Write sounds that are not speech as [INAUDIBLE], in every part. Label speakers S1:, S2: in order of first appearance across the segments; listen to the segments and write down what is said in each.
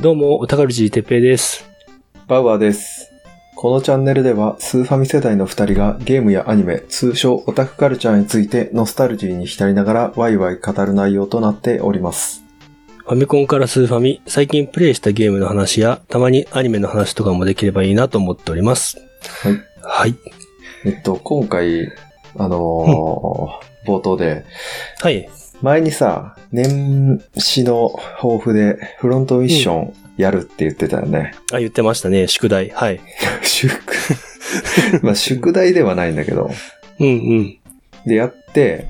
S1: どうも、おたかるじてっぺいです。
S2: バウアーです。このチャンネルでは、スーファミ世代の二人がゲームやアニメ、通称オタクカルチャーについてノスタルジーに浸りながらワイワイ語る内容となっております。
S1: ファミコンからスーファミ、最近プレイしたゲームの話や、たまにアニメの話とかもできればいいなと思っております。
S2: はい。
S1: はい。
S2: えっと、今回、あのー冒頭で、
S1: はい。
S2: 前にさ、年始の抱負でフロントミッションやるって言ってたよね。 [LAUGHS]
S1: あ、言ってましたね。宿題。はい。
S2: 宿、 [LAUGHS] まあ宿題ではないんだけど。
S1: うんうん。
S2: で、やって、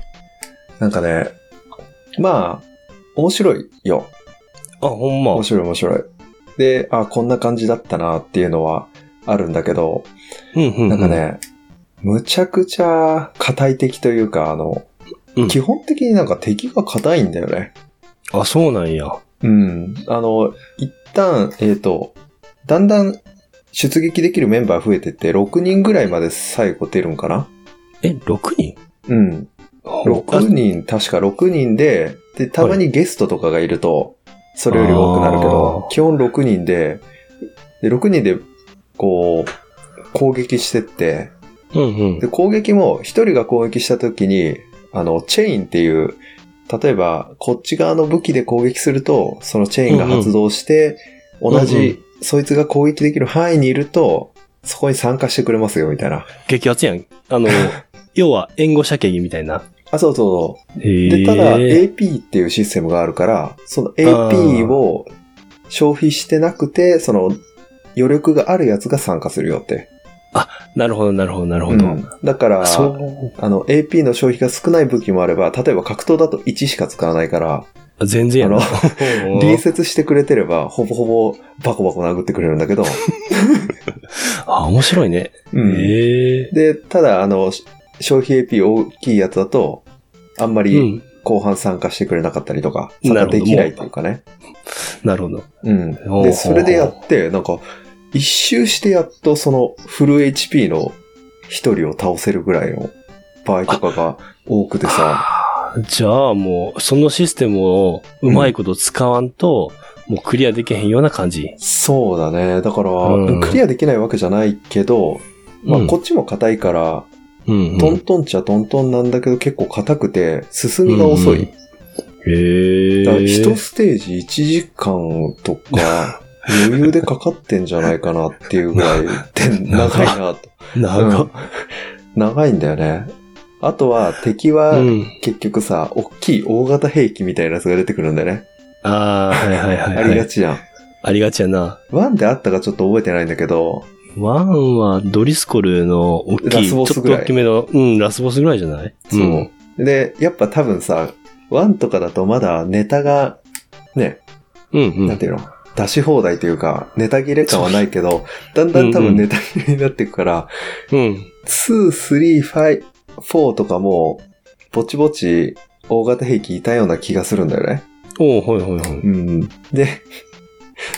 S2: なんかね、まあ、面白いよ。
S1: あ、ほんま。
S2: 面白い面白い。で、あ、こんな感じだったなっていうのはあるんだけど、
S1: うんうん、うん。
S2: なんか。ね、むちゃくちゃ硬い敵というか、あの、
S1: うん
S2: 基本的になんか敵が硬いんだよね。
S1: あ、そうなんや。
S2: うん。あの、一旦、えっ、と、だんだん出撃できるメンバー増えてって、6人ぐらいまで最後出るんかな
S1: え、6人
S2: うん。6人、確か6人で、で、たまにゲストとかがいると、それより多くなるけど
S1: あー、
S2: 基本6人で、で、6人で、こう、攻撃してって、
S1: うんうん
S2: で、。攻撃も、1人が攻撃した時に、あの、チェインっていう、例えば、こっち側の武器で攻撃すると、そのチェインが発動して、
S1: んうん
S2: 同じ、
S1: うんうん
S2: そいつが攻撃できる範囲にいると、そこに参加してくれますよ、みたいな。
S1: 激アツやん。あ
S2: [LAUGHS]
S1: の、要は、援護射撃みたいな。
S2: あ、そうそうそう。
S1: へー
S2: で、ただ AP っていうシステムがあるから、その AP を消費してなくて、その余力があるやつが参加するよって。
S1: なるほど、なるほど、なるほ
S2: う
S1: ど。
S2: ん、だから、
S1: そう。
S2: あの AP の消費が少ない武器もあれば、例えば格闘だと1しか使わないから、
S1: あ全然やな。
S2: あ
S1: [LAUGHS] うん
S2: 隣接してくれてれば、ほぼほぼバコバコ殴ってくれるんだ
S1: [LAUGHS]
S2: けど、
S1: あ、面白いね。
S2: うん
S1: へえ。
S2: で、ただ、あの、消費 AP 大きいやつだと、あんま
S1: う
S2: り
S1: ん。
S2: 後半参加してくれなかったりとか、参
S1: なるほ
S2: 加
S1: ど
S2: できないというかね。
S1: なるほど。
S2: うん。
S1: ほうほう
S2: で、それでやって、なんか、一周してやっとそのフル HP の一人を倒せるぐらいの場合とかが多くてさ、
S1: じゃあもう、そのシステムをうまいこと使わんと、もうクリアできへんような感じ。
S2: そうだね。だから、
S1: うん
S2: クリアできないわけじゃないけど、ま
S1: う
S2: あ、
S1: ん
S2: こっちも硬いから、
S1: うんうん
S2: トントンっちゃトントンなんだけど結構硬くて、進みが遅い。
S1: へえ。
S2: だから一ステージ1時間とか、余裕でかかってんじゃないかなっていうぐらいで、長いなと。
S1: 長
S2: う
S1: っ
S2: ん。 [LAUGHS] 長いんだよね。あとは敵は
S1: うん。
S2: 結局さ、大きい大型兵器みたいなやつが出てくるんだよね。
S1: ああー、はいはいはい、はい。
S2: ありがちじゃん。
S1: ありがちやな。
S2: ワンであったかちょっと覚えてないんだけど、
S1: ワンはドリスコルの大きい、
S2: ラス
S1: ちょ
S2: ボ
S1: っ
S2: ス
S1: と
S2: ぐらい
S1: 大きめの、うん、ラスボスぐらいじゃない
S2: そう。
S1: ん
S2: で、やっぱ多分さ、ワンとかだとまだネタが、ね、
S1: うんう
S2: なん
S1: ん。
S2: ていうの、出し放題というか、ネタ切れ感はないけど、だんだん多分ネタ切れになっていくから、
S1: うん。
S2: 2、3、5、4とかも、ぼちぼち大型兵器いたような気がするんだよね。
S1: おう、ほいほいほい。
S2: うん。で、 [LAUGHS]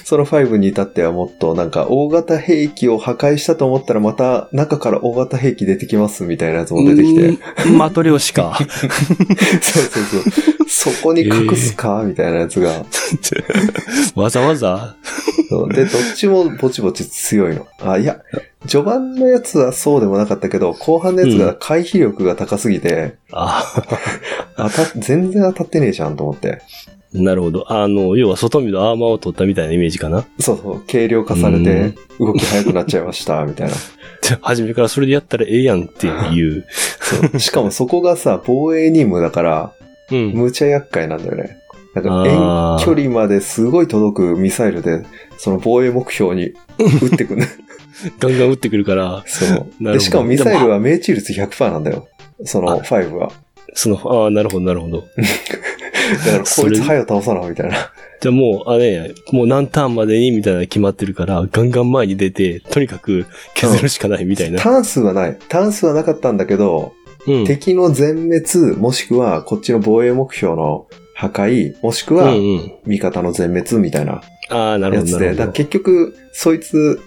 S2: その5に至ってはもっとなんか大型兵器を破壊したと思ったらまた中から大型兵器出てきますみたいなやつも出てき [LAUGHS] て。
S1: うん。マトリョーシ
S2: [LAUGHS]
S1: カ。
S2: そうそうそう。そこに隠すか、みたいなやつが。
S1: わざわざ
S2: そうで、どっちもぼちぼち強いの。あ、いや、序盤のやつはそうでもなかったけど、後半のやつが回避力が高すぎて、
S1: あ
S2: 当た全然当たってねえじゃんと思って。
S1: なるほど。あの、要は外見のアーマーを取ったみたいなイメージかな。 [LAUGHS]
S2: そうそう、軽量化されて動き速くなっちゃいました、みたいな。
S1: じゃあ初めからそれでやったらええやんっていう。
S2: そうしかもそこがさ、防衛任務だから、
S1: うん。
S2: むちゃ厄介なんだよね。なん
S1: あ
S2: か
S1: ー
S2: 遠距離まですごい届くミサイルで、その防衛目
S1: [LAUGHS]
S2: 標に撃ってくる。
S1: ガンガン撃ってくるから、
S2: そう。
S1: なるほど
S2: で、しかもミサイルは命中率100%なんだよ。そ
S1: あ
S2: の5は。
S1: その、ああ、なるほど、なるほど。
S2: だから、こい
S1: それ
S2: つ早く倒さな、みたいな。
S1: じゃあもう、あれや、もう何ターンまでにみたいなの決まってるから、ガンガン前に出て、とにかく削るしかないみたいな。
S2: ターン数はない。ターン数はなかったんだけど、
S1: うん。
S2: 敵の全滅、もしくはこっちの防衛目標の破壊、もしく
S1: うん
S2: は
S1: うん。
S2: 味方の全滅みたいな
S1: ああ、なる
S2: や
S1: ほど、
S2: つ
S1: な
S2: で、
S1: る
S2: だか
S1: ほ
S2: ら
S1: ど。
S2: 結局、そいつ、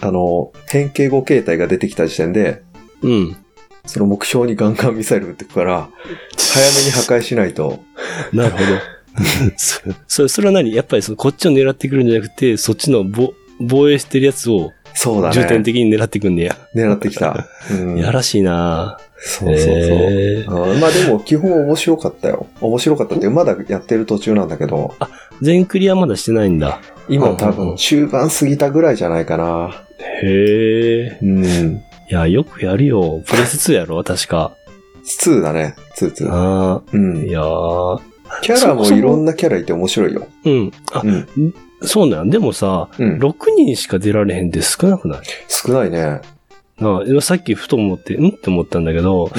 S2: あの、変形語形態が出てきた時点で、
S1: うん。
S2: その目標にガンガンミサイル撃ってくから、早めに破壊しないと、
S1: [LAUGHS] なるほど。 [LAUGHS] そそれ、それは何やっぱりそのこっちを狙ってくるんじゃなくて、そっちのぼ防衛してるやつを
S2: そうだね。
S1: 重点的に狙ってくんねや。
S2: 狙ってきた。うん
S1: やらしいな
S2: そうそうそう。
S1: へー
S2: うんまあでも基本面白かったよ。面白かったっていう、まだやってる途中なんだけど、
S1: 全クリアまだしてないんだ。
S2: 今
S1: う
S2: 多
S1: んうんう
S2: 分
S1: ん
S2: 中盤過ぎたぐらいじゃないかな。
S1: へえ。
S2: うん。
S1: いや、よくやるよ。プレス2やろ確か。
S2: 2だね。2、2。
S1: あ
S2: う
S1: あ。い
S2: ん。
S1: やー
S2: キャラ
S1: そも
S2: も
S1: そも
S2: いろんなキャラいて面白いよ。
S1: うん。あ、
S2: うん。
S1: そうなん。でもさ、
S2: うん。
S1: 6人しか出られへんって少なくない
S2: 少ないね。
S1: なあ今さっきふと思って、んって思ったんだけど、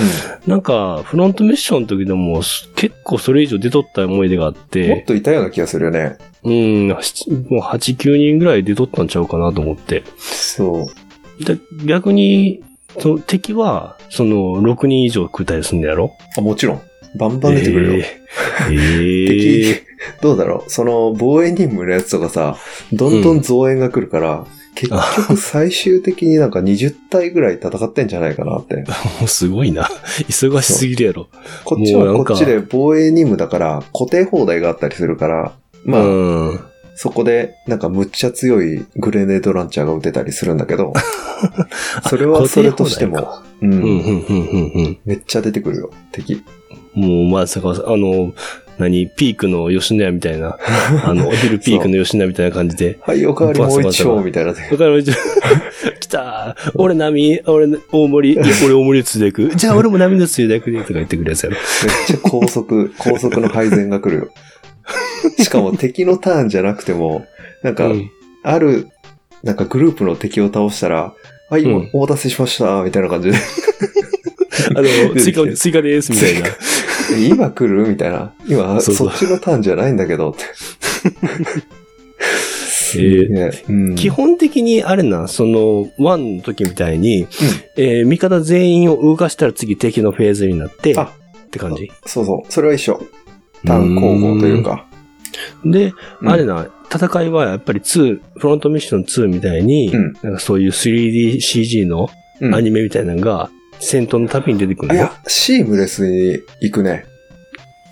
S1: なんか、フロントミッションの時でも、す結構それ以上出とった思い出があっ、
S2: うん。もってといたような気がするよね。
S1: うん、七もう8、9人ぐらい出とったんちゃうかなと思って。
S2: そう。
S1: で逆に、その敵は、その、6人以上食ったりするんだやろ
S2: あもちろん。バンバン出てくるよ。
S1: えーえー
S2: 敵、どうだろうその防衛任務のやつとかさ、どんどん増援が来るから、結局最終的になんか20体ぐらい戦ってんじゃないか
S1: [LAUGHS]
S2: なって。
S1: もうすごいな。忙しすぎるやろ。
S2: こっち
S1: もう
S2: は
S1: なん
S2: こ
S1: か
S2: っちで防衛任務だから固定放題があったりするから、まあ、
S1: うん。
S2: そこでなんかむっちゃ強いグレネードランチャーが撃てたりするんだ
S1: [LAUGHS]
S2: けど、それはそれとして
S1: 固定
S2: も
S1: 放、う
S2: う
S1: ん、うん
S2: ん、、
S1: うん、うん、
S2: めっちゃ出てくるよ、敵。
S1: うん。もう、まさか、あの、何、ピークの吉野家みたい
S2: [LAUGHS]
S1: な、あの、お昼ピークの吉野家みたいな感じで、
S2: はい、おかわりもう一丁みたいな。
S1: わかるじゃ [LAUGHS] 来たー俺波、俺大盛り、いや俺大盛りつゆで
S2: [LAUGHS]
S1: 行く。じゃあ俺も波のつゆで行くねとか言ってくるやつやろ。
S2: めっちゃ高速、高速の配膳が来るよ。しかも敵のターンじゃなくても、なんか
S1: う、ん
S2: ある、なんかグループの敵を倒したら、はい、
S1: うん
S2: お待たせしました、みたいな感じで、
S1: あの、
S2: てき
S1: 追
S2: て
S1: 加、追加ですみたいな。
S2: え [LAUGHS] 今来るみたいな。今、
S1: そうそ
S2: そうっちのターンじゃないんだ
S1: [LAUGHS]
S2: けど、って。ねうん
S1: 基本的にあれな、その、ワンの時みたいに、えー味方全員を動かしたら次敵のフェーズになって、
S2: あ
S1: って感じ。
S2: そうそう、それは一緒。ターン攻防というか。
S1: うん。で、
S2: うん
S1: あれな、戦いはやっぱり2、フロントミッション2みたいに、
S2: うん
S1: なんかそういう 3DCG の
S2: うん
S1: アニメみたいなのが、戦闘のたびに出てくる
S2: い
S1: の
S2: や、シームレスに行くね。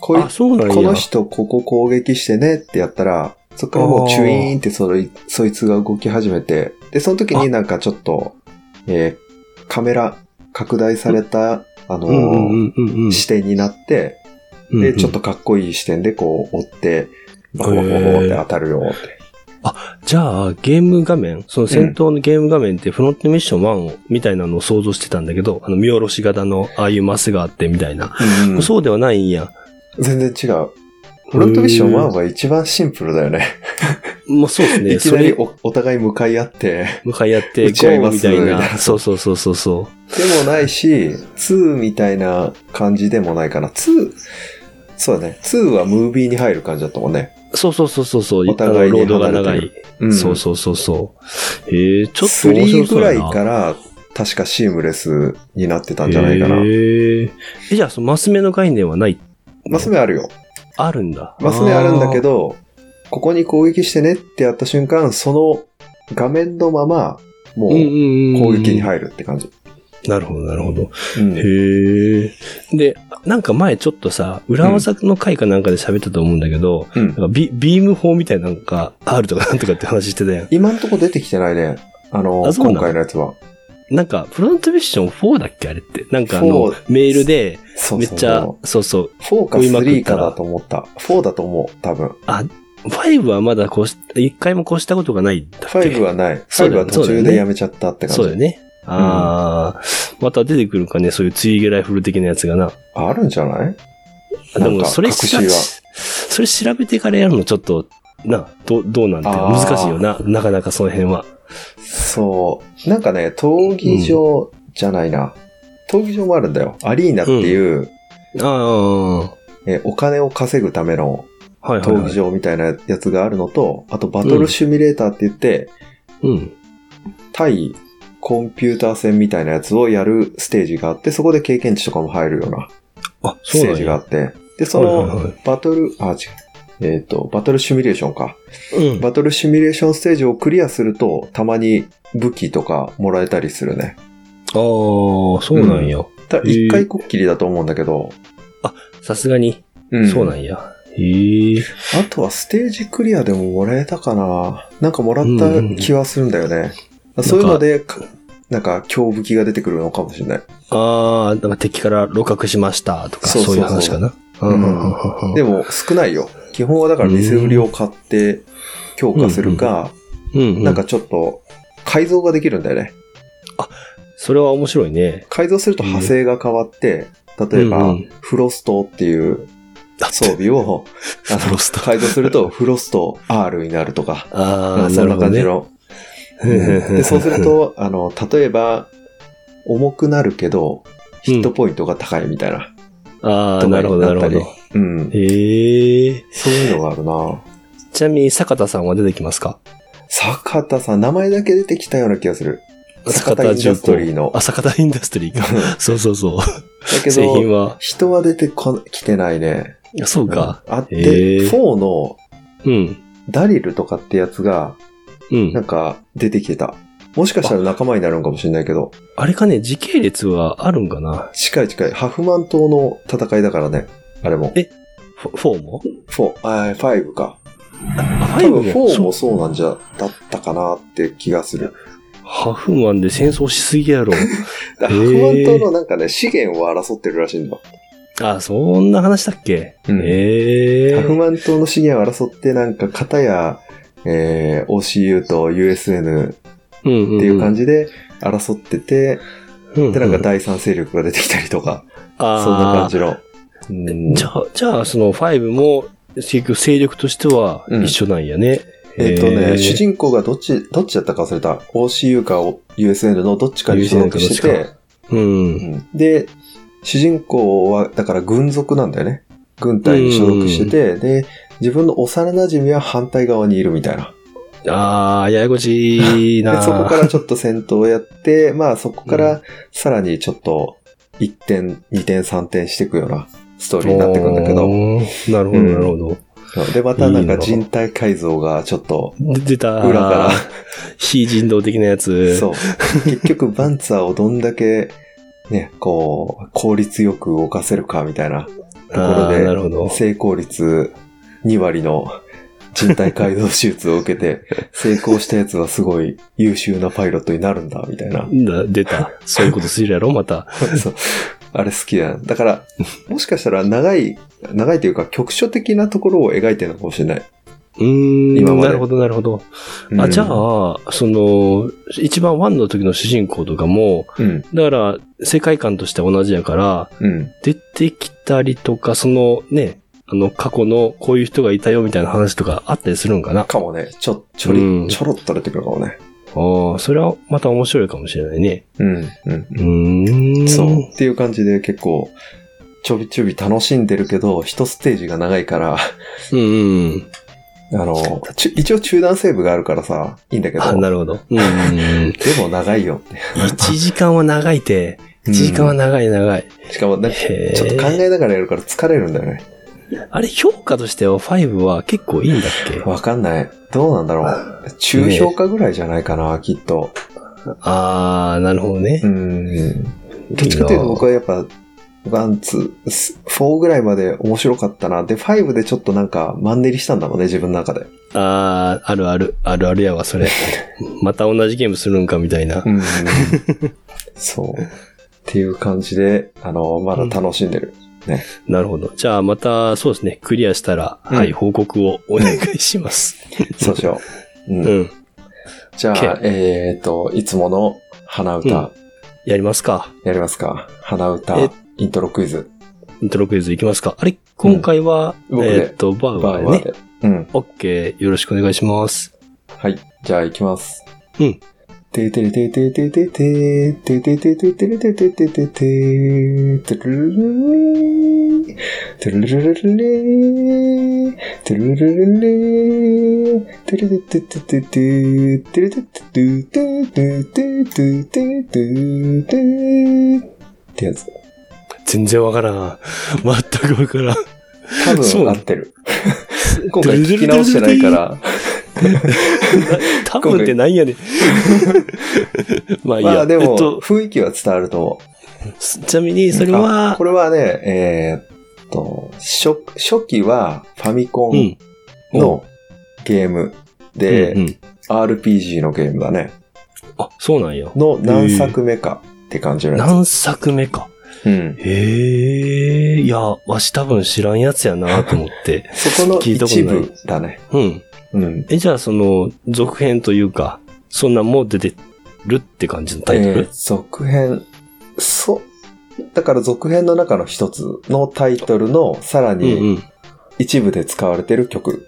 S2: こい
S1: あ、そうなんや。
S2: この人ここ攻撃してねってやったら、そっからもうチュイーンってそいそいつが動き始めて、で、その時になんかちょっと、えーカメラ拡大された、あの
S1: うんうん
S2: ー
S1: うんうんうん
S2: 視点になって、
S1: うんう
S2: で、
S1: ん
S2: ちょっとかっこいい視点でこう追って、バコバコバコって当たるよって。
S1: じゃあ、ゲーム画面、その戦闘のゲーム画面ってフロントミッション1みたいなのを想像してたんだけど、あの、見下ろし型の、ああいうマスがあってみたいな。
S2: うんうん
S1: そうではないんや。
S2: 全然違う。フロントミッション1は一番シンプルだよね。
S1: まあそうですね。
S2: いきなりおお互い向かい合って、
S1: 向かい合って、
S2: 打ち合い
S1: ゴ
S2: ま
S1: ーみ
S2: す
S1: たい
S2: みたい
S1: な。
S2: な
S1: そうそうそうそうそ
S2: でもないし、2みたいな感じでもないかな。2、そうだね。2はムービーに入る感じだったもんね。
S1: う。そうそうそうそうそう。
S2: お互い
S1: あの
S2: に
S1: ロードが
S2: 離れて
S1: 長い。
S2: るうん
S1: そうそうそうそう。えー、ちょっと面白
S2: 3
S1: そ
S2: ぐ
S1: う
S2: ら
S1: や
S2: い
S1: な。
S2: から、確かシームレスになってたんじゃないかな
S1: え。ー、えじゃあ、そのマス目の概念はない、
S2: マス目あるよ。
S1: あるんだ。
S2: マス目あるんだけど、ここに攻撃してねってやった瞬間、その画面のまま、も
S1: あー、うんう
S2: う
S1: んうん。
S2: 攻撃に入るって感じ。
S1: なるほど、なるほど。
S2: うん
S1: へえ。で、なんか前ちょっとさ、裏技の回かなんかで喋ったと思うんだけど、
S2: うん
S1: なんかビビーム法みたいなのがあるとかなんとかって話してたやん。
S2: 今んとこ出てきてないね。あの、
S1: あそうな
S2: 今
S1: の
S2: 回のやつは。
S1: なんか、フロントミッション4だっけあれって。なんかあの
S2: フォ、
S1: メールで、
S2: そう
S1: め
S2: そ
S1: っ
S2: う
S1: ちゃ、そうそう。
S2: 4か
S1: 追いまく
S2: 3
S1: った
S2: からだと思った。4だと思う、多分。
S1: あ、5はまだこうし、一回もこうしたことがないんだっけ
S2: 5はない。
S1: そう
S2: 5
S1: だよ
S2: は
S1: ね
S2: 途中でやめちゃったって感じ。
S1: そうだよね。ああ、また出てくるかね、そういうツイゲライフル的なやつがな。
S2: あるんじゃない
S1: あで
S2: なん
S1: も、
S2: か
S1: それ
S2: 隠し
S1: 調
S2: は
S1: べ、それ調べてからやるのちょっと、な、どうどうなんて、
S2: あー
S1: 難しいよな。なかなかその辺は。
S2: そう。なんかね、闘技場じゃないな。闘技場もあるんだよ。アリーナっていう、
S1: ああ、
S2: えお金を稼ぐための
S1: はいはい、
S2: 闘
S1: は
S2: 技
S1: い。
S2: 場みたいなやつがあるのと、あとバトルシミュレーターって言って、
S1: うん。
S2: 対コンピューター戦みたいなやつをやるステージがあって、そこで経験値とかも入るような
S1: あ、
S2: ス
S1: そう
S2: テー
S1: なん
S2: ジがあ
S1: や。
S2: って、で、そ
S1: はいはいは
S2: の
S1: い
S2: バトル、あ、違う。えっ、と、バトルシミュレーションか。
S1: うん。
S2: バトルシミュレーションステージをクリアすると、たまに武器とかもらえたりするね。
S1: ああ、そうなんや。
S2: た
S1: へー
S2: 一回こっきりだと思うんだけど、
S1: さすがに、
S2: うん
S1: そうなんや。へえ。
S2: あとはステージクリアでももらえたかななんかもらった気はするんだよね。そういうので、かなんか強武器が出てくるのかもしれない。
S1: ああ、なんか敵から露獲しましたとか、
S2: そう
S1: そ
S2: そうう
S1: いう
S2: そう
S1: 話かな。
S2: ん
S1: うんうんうんうん
S2: でも少ないよ。基本はだから水売りを買って強化するか、
S1: うんうん、
S2: なんかちょっと改造ができるんだよね。
S1: それは面白いね。
S2: 改造すると派生が変わって、例え
S1: うんう
S2: ば
S1: ん
S2: フロストっていう装備
S1: [LAUGHS]
S2: をあの
S1: フロスト
S2: 改造するとフロスト R になるとか、
S1: ああ、な
S2: そ
S1: んる
S2: な
S1: ほど
S2: 感じ
S1: ね。う
S2: の。
S1: ん
S2: で、そうすると、あの、例えば、重くなるけど、ヒットポイントが高いみたいな。
S1: ああ、
S2: と
S1: な
S2: か
S1: るほ
S2: に
S1: ど、な
S2: な
S1: る
S2: っ
S1: ほ
S2: たり
S1: ど。
S2: うん。
S1: へえ。
S2: そういうのがあるな
S1: ちなみに坂田さんは出てきますか
S2: 坂田さん、名前だけ出てきたような気がする。坂田インダ
S1: 重
S2: ストリーの
S1: 工。あ、坂田インダストリー
S2: だ
S1: か。そうそうそう。
S2: け
S1: 製品
S2: ど、
S1: は。
S2: 人は出てこ来てないね。
S1: そうか。
S2: あっ
S1: へ
S2: て、
S1: ー
S2: 4の
S1: うん。
S2: ダリルとかってやつが、
S1: うん
S2: な。んか出てきてた。もしかしたら仲間になるんかもしれないけど、
S1: あれかね、時系列はあるんかな
S2: 近い近い。ハフマン島の戦いだからね。あれも
S1: え。フォ ?4 も
S2: 4、あー5か。
S1: フ
S2: 多分4もそうなんじゃ、だったかなって気がする。
S1: ハフマンで戦争しすぎやろ。
S2: ハ
S1: へ
S2: フ
S1: ー
S2: マン島のなんかね、資源を争ってるらしいんだ。
S1: あ、そんな話だっけ
S2: うん
S1: ええ
S2: ハフマン島の資源を争って、なんか、片や、えー、OCU と USN っ
S1: うんうん
S2: て
S1: うん。
S2: いう感じで争ってて、
S1: うんうん。
S2: で、なんか第三勢力が出てきたりとか、
S1: あー
S2: そんな感じの。うん
S1: じゃあ、じゃあ、その5も、結局勢力としては一緒なんやね。
S2: えっ、と
S1: へ
S2: ね、
S1: ー
S2: 主人公がどっち、どっちだったか忘れた。OCU か USN のどっちかに所
S1: USN かど
S2: 属
S1: っ
S2: して
S1: ちか
S2: て、
S1: うん。
S2: で、主人公は、だから軍属なんだよね。軍隊に所属してて、で、自分の幼馴染は反対側にいるみたいな。
S1: ああ、ややこしい
S2: で
S1: な。
S2: [LAUGHS] そこからちょっと戦闘をやって、 [LAUGHS] まあそこからさらにちょっと1点、2点、3点していくようなストーリーになっていくんだけど、
S1: おーなるほど、
S2: うん
S1: なるほど。
S2: で、またなん
S1: いい
S2: か
S1: な
S2: 人体改造がちょっと
S1: で出た。
S2: 裏から、
S1: 非人道的なやつ。
S2: そう。結局バンツァーをどんだけ、ね、こう、効率よく動かせるかみたいなとこ
S1: あ
S2: ろ
S1: ー
S2: で
S1: なるほど。
S2: 成功率2割の人体改造手術を受けて、
S1: [LAUGHS]
S2: 成功したやつはすごい優秀なパイロットになるんだ、みたいな。 [LAUGHS]
S1: だ出た。そういうことするやろ、また。
S2: そうあれ好きだな。だから、もしかしたら長い、長いというか局所的なところを描いてるのかもしれない。
S1: うーん。
S2: 今まで
S1: なるほど、なるほど。
S2: う
S1: あ、
S2: ん
S1: じゃあ、その、一番1の時の主人公とかも、
S2: うん、
S1: だから、世界観としては同じやから、
S2: うん、
S1: 出てきたりとか、そのね、あの、過去のこういう人がいたよみたいな話とかあったりするんかな。あ
S2: かもね。ちょ、ちょり、
S1: うん
S2: ちょろっと出てくるかもね。
S1: あ、それはまた面白いかもしれないね。
S2: うん、うん、
S1: うーん。
S2: そう。っていう感じで結構、ちょびちょび楽しんでるけど、一ステージが長いから、 [LAUGHS]
S1: う。うんうん。
S2: あの、ちゅ一応中断セーブがあるからさ、いいんだけど、
S1: あ、なるほど。うんうんうん。
S2: でも長いよ。
S1: 1時間は長いて、1時間は長い長い。
S2: うんしかもなんか、
S1: へー
S2: ちょっと考えながらやるから疲れるんだよね。
S1: あれ、評価としては5は結構いいんだっけ
S2: わかんない。どうなんだろう。中評価ぐらいじゃないかな、きっと。
S1: あー、なるほどね
S2: う。ん。どっちかというと僕はやっぱ、ワン、ツー、スフォーぐらいまで面白かったな。で、ファイブでちょっとなんかマンネリしたんだろうね、自分の中で。
S1: あー、あるある、あるあるやわ、そ
S2: [LAUGHS]
S1: れ。また同じゲームするんかみたいな。
S2: うん。そう。っていう感じで、あの、まだ楽しんでる。
S1: なるほど。じゃあまた、そうですね、クリアしたら、
S2: うん
S1: はい、報告をお願いします。
S2: そうしよう。うん。
S1: うん。
S2: じゃあ
S1: OK、
S2: えっ、と、いつもの鼻歌、
S1: やりますか。
S2: やりますか。鼻歌
S1: え、
S2: イントロクイズ。
S1: イントロクイズいきますか。あれ、今回は、
S2: うん僕で
S1: えーっと、バウア
S2: バ
S1: ー
S2: ーバ
S1: ね
S2: ー。で。うん。
S1: OK、よろしくお願いします。
S2: はい。じゃあ、行きます。
S1: うん。
S2: ててれててててて、てててててれててててて、てるるるれ、てるるるるれ、てるるるるれ、てれててててて、てれてててててててててて、ってやつ。
S1: 全然わからん。 [LAUGHS] 全くわ
S2: [LAUGHS]
S1: からん。
S2: 多
S1: そう
S2: 分合
S1: なの
S2: ってる。今回聞き直してないから。
S1: 多分ってなんやねん。まあいいや。
S2: まあで
S1: えっ
S2: も、
S1: と、
S2: 雰囲気は伝わると思う。
S1: ちなみに、それ
S2: あ
S1: は
S2: こ、れはね、えと、初、初期はファミコ
S1: う
S2: ン
S1: ん。
S2: のゲームで、
S1: うんうん、
S2: RPG のゲームだね。
S1: あ、そうなんや。
S2: の何作目かって感じのや
S1: 何作目か。
S2: つ。うん。
S1: へえ、いや、わし多分知らんやつやなと思って。
S2: そこの
S1: 聞いたこと
S2: 一
S1: ない
S2: 部だね。
S1: うん。
S2: うん。
S1: え、じゃあその、続編というか、そんなんもう出てるって感じのタイト
S2: え
S1: ル、
S2: ー続編。そう。だから続編の中の一つのタイトルのさら
S1: うん
S2: に
S1: うん。
S2: 一部で使われてる曲。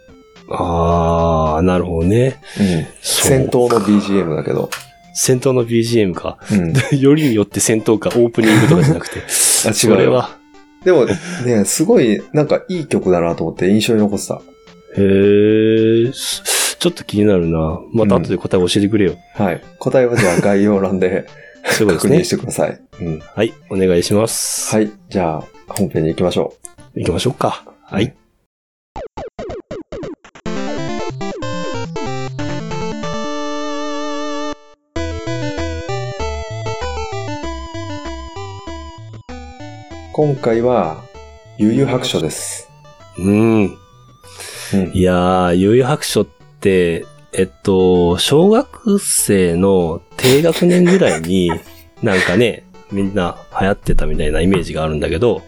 S1: あー、なるほどね。
S2: うん
S1: そう
S2: 戦闘の BGM だけど。
S1: 戦闘の BGM か。 [LAUGHS]
S2: うん。
S1: よりによって戦闘か、オープニングとかじゃなく
S2: [LAUGHS]
S1: て。
S2: よ
S1: それは。
S2: でもね、すごいなんかいい曲だなと思って印象に残ってた。
S1: へえ、すちょっと気になるな。また後で答え教えてくれよ。
S2: はい。答えはじゃあ概要欄で
S1: そういうこ
S2: 確
S1: とで
S2: 認
S1: す
S2: し
S1: ね。
S2: てください。うん。
S1: はい、お願いします。
S2: はい。じゃあ本編に行きましょ
S1: 行きましょうか。はい。
S2: う。今回は、悠々白書です。
S1: うん。
S2: うん。
S1: いやー、悠々白書って、えっと、小学生の低学年ぐらい
S2: [LAUGHS]
S1: に、なんかね、みんな流行ってたみたいなイメージがあるんだけど、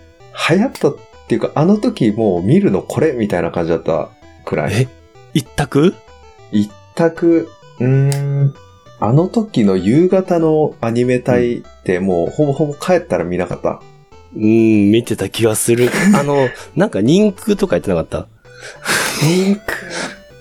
S2: 流行ったっていうか、あの時もう見るのこれみたいな感じだったくらい。
S1: え一択
S2: 一択、うーん、あの時の夕方のアニメ隊ってもうほぼほぼ帰ったら見なかった。
S1: うん、見てた気が
S2: [LAUGHS]
S1: する。あの、なんか人空とかやってなかった
S2: リンク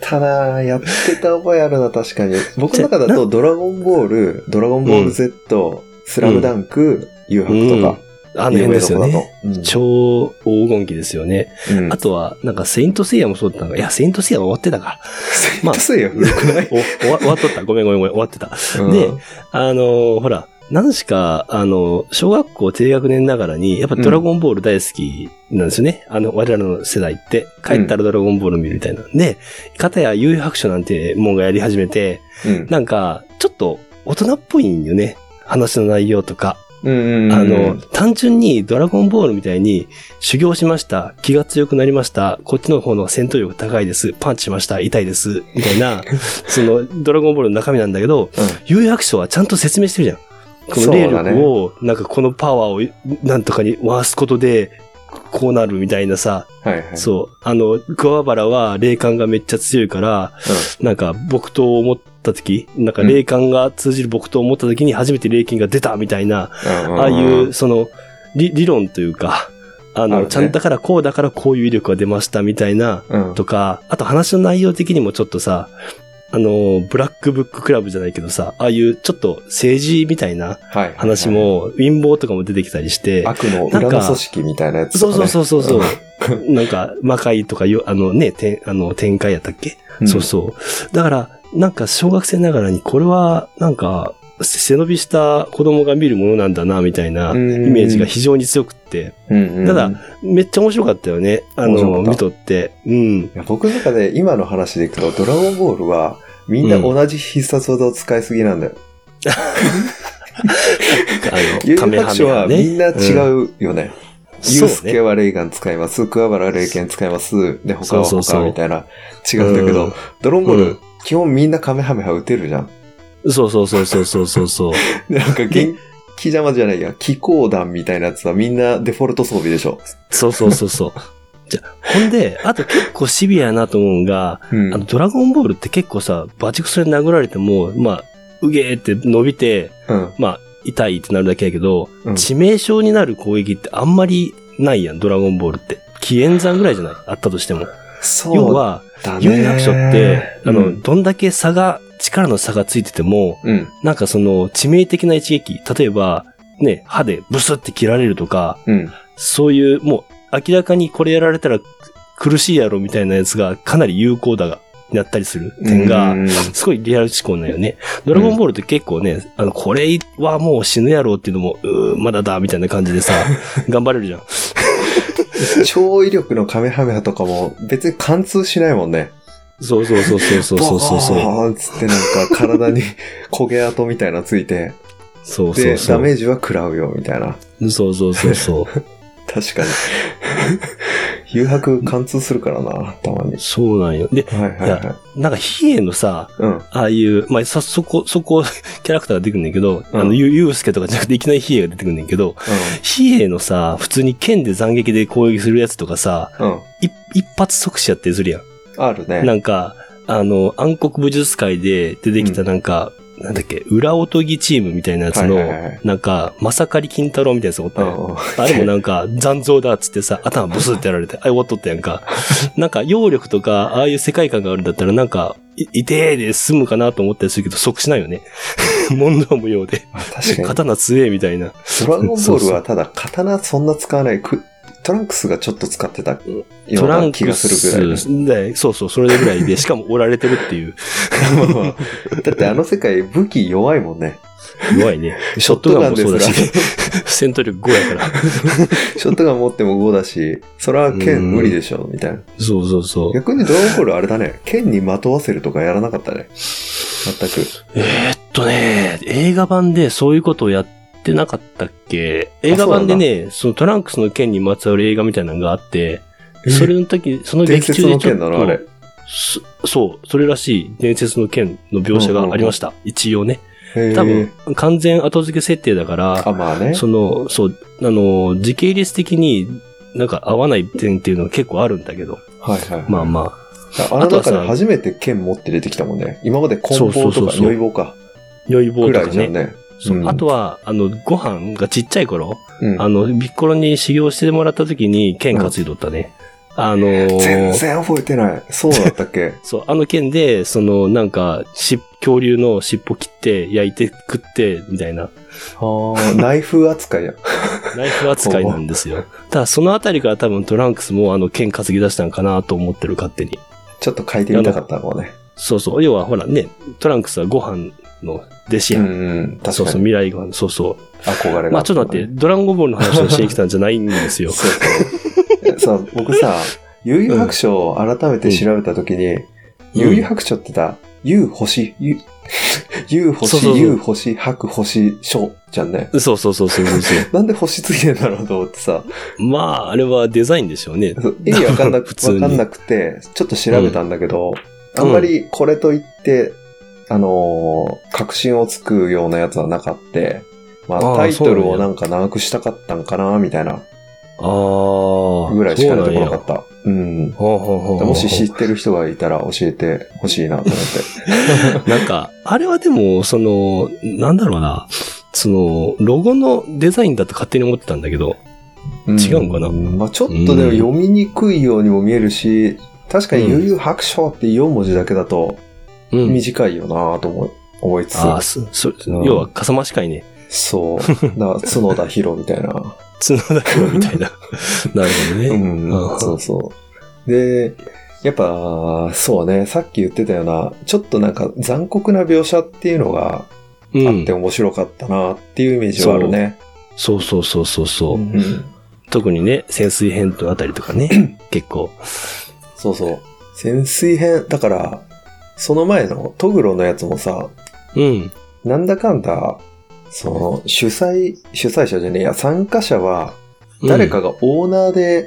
S2: ただやってた覚えあるな、確かに。僕の中だとドラゴンボール、ドラゴンボール Z、スラムダンク、誘
S1: う
S2: 白
S1: ん
S2: とか。
S1: あの辺ですよ
S2: 有名
S1: ね。
S2: どこだと。
S1: 超黄金期ですよね。
S2: うん。うん
S1: あとは、なんか、セイントセイヤもそうだったのか。いや、セイントセイヤは終わってた
S2: [LAUGHS]
S1: か。
S2: セイ
S1: まあ
S2: ントセイヤ古くない
S1: お、終わ終わっとった。ごめんごめんごめん。終わってた。 [LAUGHS] で
S2: うん
S1: あのーほら、何しか、あのー小学校低学年ながらに、やっぱドラゴンボール大好きなんですよね。あの、我らの世代って、帰ったらドラゴンボール見るみたいな。で、片や幽遊白書なんてもんがやり始めて、
S2: うん
S1: なんか、ちょっと大人っぽいんよね。話の内容とか。
S2: うんうん。
S1: あの、、単純にドラゴンボールみたいに修行しました。気が強くなりました。こっちの方の戦闘力高いです。パンチしました。痛いです。みたい
S2: [LAUGHS]
S1: な、そのドラゴンボールの中身なんだけど、有白書はちゃんと説明してるじゃん。この霊
S2: そう
S1: 力
S2: だね
S1: を、なんかこのパワーをなんとかに回すことで、こうなるみたいなさ、
S2: はいはい。
S1: そう。あの、桑原は霊感がめっちゃ強いから、なんか木刀を持った時、なんか霊感が通じる木刀を持った時に初めて霊金が出たみたいな、
S2: うん。
S1: ああい
S2: うん
S1: う、その、理、理論という
S2: [LAUGHS]
S1: か、あ
S2: あ
S1: の、
S2: るね
S1: ちゃんだからこうだからこういう威力が出ましたみたいな、
S2: うん、
S1: とか、あと話の内容的にもちょっとさ、あの、ブラックブッククラブじゃないけどさ、ああいうちょっと政治みたいな
S2: はいはいはい
S1: 話。も、陰謀とかも出てきたりして、
S2: 悪の裏の組織みたいなやつと
S1: そ
S2: か
S1: う
S2: ね。
S1: そうそうそうそう。
S2: [LAUGHS]
S1: なんか、魔界とかよ、あのね、てんあの展開やったっけ、
S2: うん
S1: そうそう。だから、なんか小学生ながらに、これは、なんか、せ背伸びした子供が見るものなんだな、みたいなイ
S2: うん
S1: メージが非常に強くって、
S2: うんうん
S1: ただめっちゃ面白かったよね。あ
S2: 面白か
S1: の、
S2: った
S1: 見とって。うん。
S2: いや僕の中で今の話でいくと、ドラゴンボールは、みんな同じ必殺技を使いすぎなんだよ。
S1: あ
S2: 幽 [LAUGHS]
S1: の、
S2: 遊
S1: カメハメ
S2: 白書
S1: ハ
S2: は
S1: ね。
S2: みんな違うよね。ユ
S1: そ
S2: ー
S1: う
S2: スケ
S1: ね。
S2: はレイガン使います、桑原はレイケン使います、で、他
S1: そう
S2: は
S1: そうそう
S2: 他みたいな。違うんだけど、ドラゴンボール、
S1: うん
S2: 基本みんなカメハメハ打てるじゃん。 [LAUGHS]
S1: そうそうそうそうそうそうそう。
S2: でなんか元気邪魔じゃないや、気候弾みたいなやつはみんなデフォルト装備でしょ。
S1: そうそうそうそう。 [LAUGHS] じゃ、ほんで、あと結構シビアやなと思うんが、
S2: うん
S1: あの、ドラゴンボールって結構さ、バチクソに殴られても、まあ、うげーって伸びて、
S2: うん
S1: まあ、痛いってなるだけやけど、
S2: うん
S1: 致命傷になる攻撃ってあんまりないやん、ドラゴンボールって。紀元山ぐらいじゃないあったとしても。要
S2: そう
S1: は、
S2: だね。
S1: 幽遊白書って、あの、
S2: うん
S1: どんだけ差が、力の差がついてても、
S2: うん、
S1: なんかその、致命的な一撃、例えば、ね、歯でブスって切られるとか、
S2: うん。
S1: そういう、もう、明らかにこれやられたら苦しいやろみたいなやつがかなり有効だが、なったりする点が
S2: う、ん
S1: すごいリアル思考なんよね。ドラゴンボールって結構ね、あの、これはもう死ぬやろっていうのも、うーまだだ、みたいな感じで
S2: [LAUGHS]
S1: さ、頑張れるじゃん。
S2: 超威力のカメハメハとかも別に貫通しないもんね。
S1: そうそうそうそうそうそうそうそう。
S2: ボーンっつってなんか
S1: [LAUGHS]
S2: 体に焦げ跡みたいなついて、
S1: そうそ
S2: で、
S1: うそ
S2: ダメ
S1: う。
S2: ージは食らうよみたいな。
S1: そうそうそうそう。
S2: 確かに。 [LAUGHS] 誘白貫通するからな、たまに。
S1: そうなんよ。で、
S2: はいはいはい。
S1: なんか、ヒエのさ、
S2: うん。
S1: ああいう、まあ、そ、そこ、そこ、 [LAUGHS] キャラクターが出てくんねんけど、
S2: うん
S1: あの、ゆ、ゆうすけとかじゃなくて、いきなりヒエが出てくんねんけど、ヒエのさ、普通に剣で斬撃で攻撃するやつとかさ、
S2: うん。うん。
S1: い一発即死やってするやん。
S2: あるね。
S1: なんか、あの、暗黒武術界で出てきたなんか、なんだっけ、裏おとぎチームみたいなやつの、
S2: はいはいはい
S1: なんか、まさかり金太郎みたいなやつおった
S2: う
S1: やん
S2: んうん。
S1: あれもなんか、残像だっつってさ、頭ブスってやられて、あ、終わっとったやんか。なんか、揚力とか、ああいう世界観があるんだったら、なんか、い、いてーで済むかなと思ったりするけど、即しないよ
S2: [LAUGHS]
S1: ね。問答無用で。
S2: あ
S1: [LAUGHS]
S2: 確かに。
S1: 刀強えみたいな。
S2: ドラゴンボ
S1: そう
S2: ール
S1: そう
S2: はただ刀そんな使わない。くトランクスがちょっと使ってたよ
S1: ト
S2: う
S1: ラン
S2: な
S1: クス
S2: 気がするぐらい
S1: でそうそう、それぐらいで、しかも折られてるっていう。
S2: まあまあ [LAUGHS] だってあの世界武器弱いもんね。
S1: 弱いね。ショットガンもそうだ
S2: ショ
S1: し、 [LAUGHS] 戦闘力5やから。
S2: [LAUGHS] ショットガン持っても5だし、それは剣無理でしょ、みたいな。
S1: そうそうそう。
S2: 逆にドラゴンボールあれだね。剣にまとわせるとかやらなかったね。全く。
S1: えーっとね、映画版でそういうことをやってなかったっけ映画版でね、そのトランクスの剣にまつわる映画みたいなのがあって、それの時、その
S2: 伝
S1: 劇
S2: 説
S1: 中で
S2: の
S1: ちょっ
S2: 剣なのあれ
S1: と。、そそう、それらしい伝説の剣の描写がありました。一応ね。
S2: へー
S1: 多分、完全後付け設定だから、
S2: あ、まあね。
S1: その、そう、あの、時系列的になんか合わない点っていうのは結構あるんだけど、
S2: はいはい。
S1: まあまあ、
S2: あの
S1: あとは
S2: 中
S1: さ
S2: で初めて剣持って出てきたもんね。今まで棍
S1: そ
S2: 棒
S1: うそう
S2: と
S1: そう
S2: か
S1: そう
S2: 如意棒か。
S1: 良い棒
S2: ぐ
S1: と
S2: ら
S1: か
S2: いじゃ
S1: ね。
S2: んね。
S1: そう
S2: うん
S1: あとは、あの、ご飯がちっちゃい頃、
S2: うん
S1: あの、ビッコロに修行してもらった時に剣担いとったね。あのー
S2: 全然覚えてない。そうだったっ
S1: [LAUGHS]
S2: け
S1: そう、あの剣で、その、なんか、し、恐竜の尻尾切って、焼いて食って、みたいな、
S2: ナイフ扱いや。
S1: ナイフ扱いなんですよ。ただ、そのあたりから多分トランクスもあの剣担ぎ出したんかなと思ってる勝手に。
S2: ちょっと変えてみたかったのもね。
S1: そうそう、要はほらね、トランクスはご飯の弟子
S2: う
S1: やん。
S2: んうん。
S1: そ
S2: 確
S1: う
S2: か
S1: そう、
S2: に。
S1: 未来ご飯、そうそ
S2: 憧れが。
S1: う。まあちょっと待って、。ドラゴンボールの話をしに来たんじゃないんです
S2: [LAUGHS]
S1: よ。
S2: そうそう。そう、僕
S1: [LAUGHS]
S2: さ、悠々白書を改めて調べたときに、悠々白書ってさ、ゆう星、ゆ、 [LAUGHS] ゆう
S1: そうそうそう
S2: 星、ゆう星、白星、書じゃんね。
S1: そうそうそうそうそうそう。
S2: なんで星ついてんだろうと思ってさ、
S1: まあ、あれはデザインでしょうね。
S2: そう意味わかんな
S1: [LAUGHS] 普
S2: く、
S1: 通に
S2: わかんなくて、ちょっと調べたんだけど、あんまりこれといって、あのー確信をつくようなやつはなかって、ま
S1: あ
S2: あ、
S1: ー
S2: タイトル
S1: そう
S2: を
S1: な
S2: なんんか長くしたかったんかな、みたいな
S1: ああ。
S2: ぐらいしか出
S1: そう
S2: てこ
S1: なんや
S2: なかった。うん。
S1: ほうほうほうほう
S2: もし知ってる人がいたら教えてほしいなと思っ
S1: [LAUGHS]
S2: て。
S1: なんか、あれはでも、その、なんだろうな。その、ロゴのデザインだと勝手に思ってたんだけど。違 [LAUGHS] うんかな
S2: まあちょっとでも読みにくいようにも見えるし、確かに悠々白書って4文字だけだと
S1: うん。
S2: 短いよなと思い思いつつ。
S1: ああ、そ、そ、
S2: うん
S1: 要は、かさましかいね。
S2: そう。
S1: [LAUGHS]
S2: だから角田博みたいな。
S1: 角田博みたいな。なるほど
S2: う
S1: ね。
S2: ん
S1: あー。
S2: そうそう。で、やっぱ、そうね、さっき言ってたような、ちょっとなんか残酷な描写っていうのが
S1: う
S2: あっ
S1: ん
S2: て。面白かったなっていうイメージはあるね。
S1: そうそうそうそうそうう。
S2: ん
S1: 特にね、潜水編とあたりとかね。結構。
S2: そうそう。潜水編、だから、その前のトグロのやつもさ、
S1: うん。
S2: なんだかんだ、その、主催、主催者じゃねえや、参加者は、誰かがオーナーで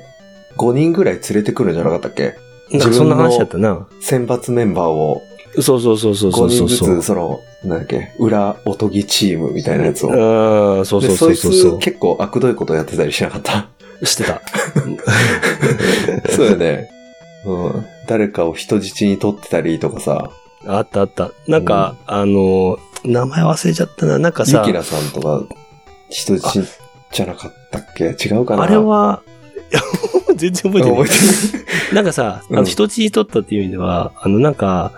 S2: 5人ぐらい連れてくるんじゃなかったっけ
S1: うん、なんかそんな話だったな。
S2: 選抜メンバーを
S1: そうそうそうそうそ
S2: 5
S1: うそ
S2: 人
S1: う
S2: ず
S1: そう。
S2: つ、その、なんだっけ、裏おとぎチームみたいなやつを。
S1: ああ、そう
S2: で
S1: そう
S2: そ
S1: そう
S2: い
S1: そうそ
S2: つ結構悪どいことやってたりしなか
S1: [LAUGHS]
S2: った。
S1: う。してた。
S2: そうよね。うん。誰かを人質に取ってたりとかさ、
S1: あったあった。なんか、あの、名前忘れちゃったな。なんか
S2: ユ
S1: さ
S2: キ、ナさんとか人質じゃなかったっけ違うかな
S1: あれは、 [LAUGHS] いや全然覚えてない
S2: 覚。えてる。
S1: なんかさ、あ
S2: う
S1: の、
S2: ん
S1: 人質に取ったっていう意味では、あの、なんか、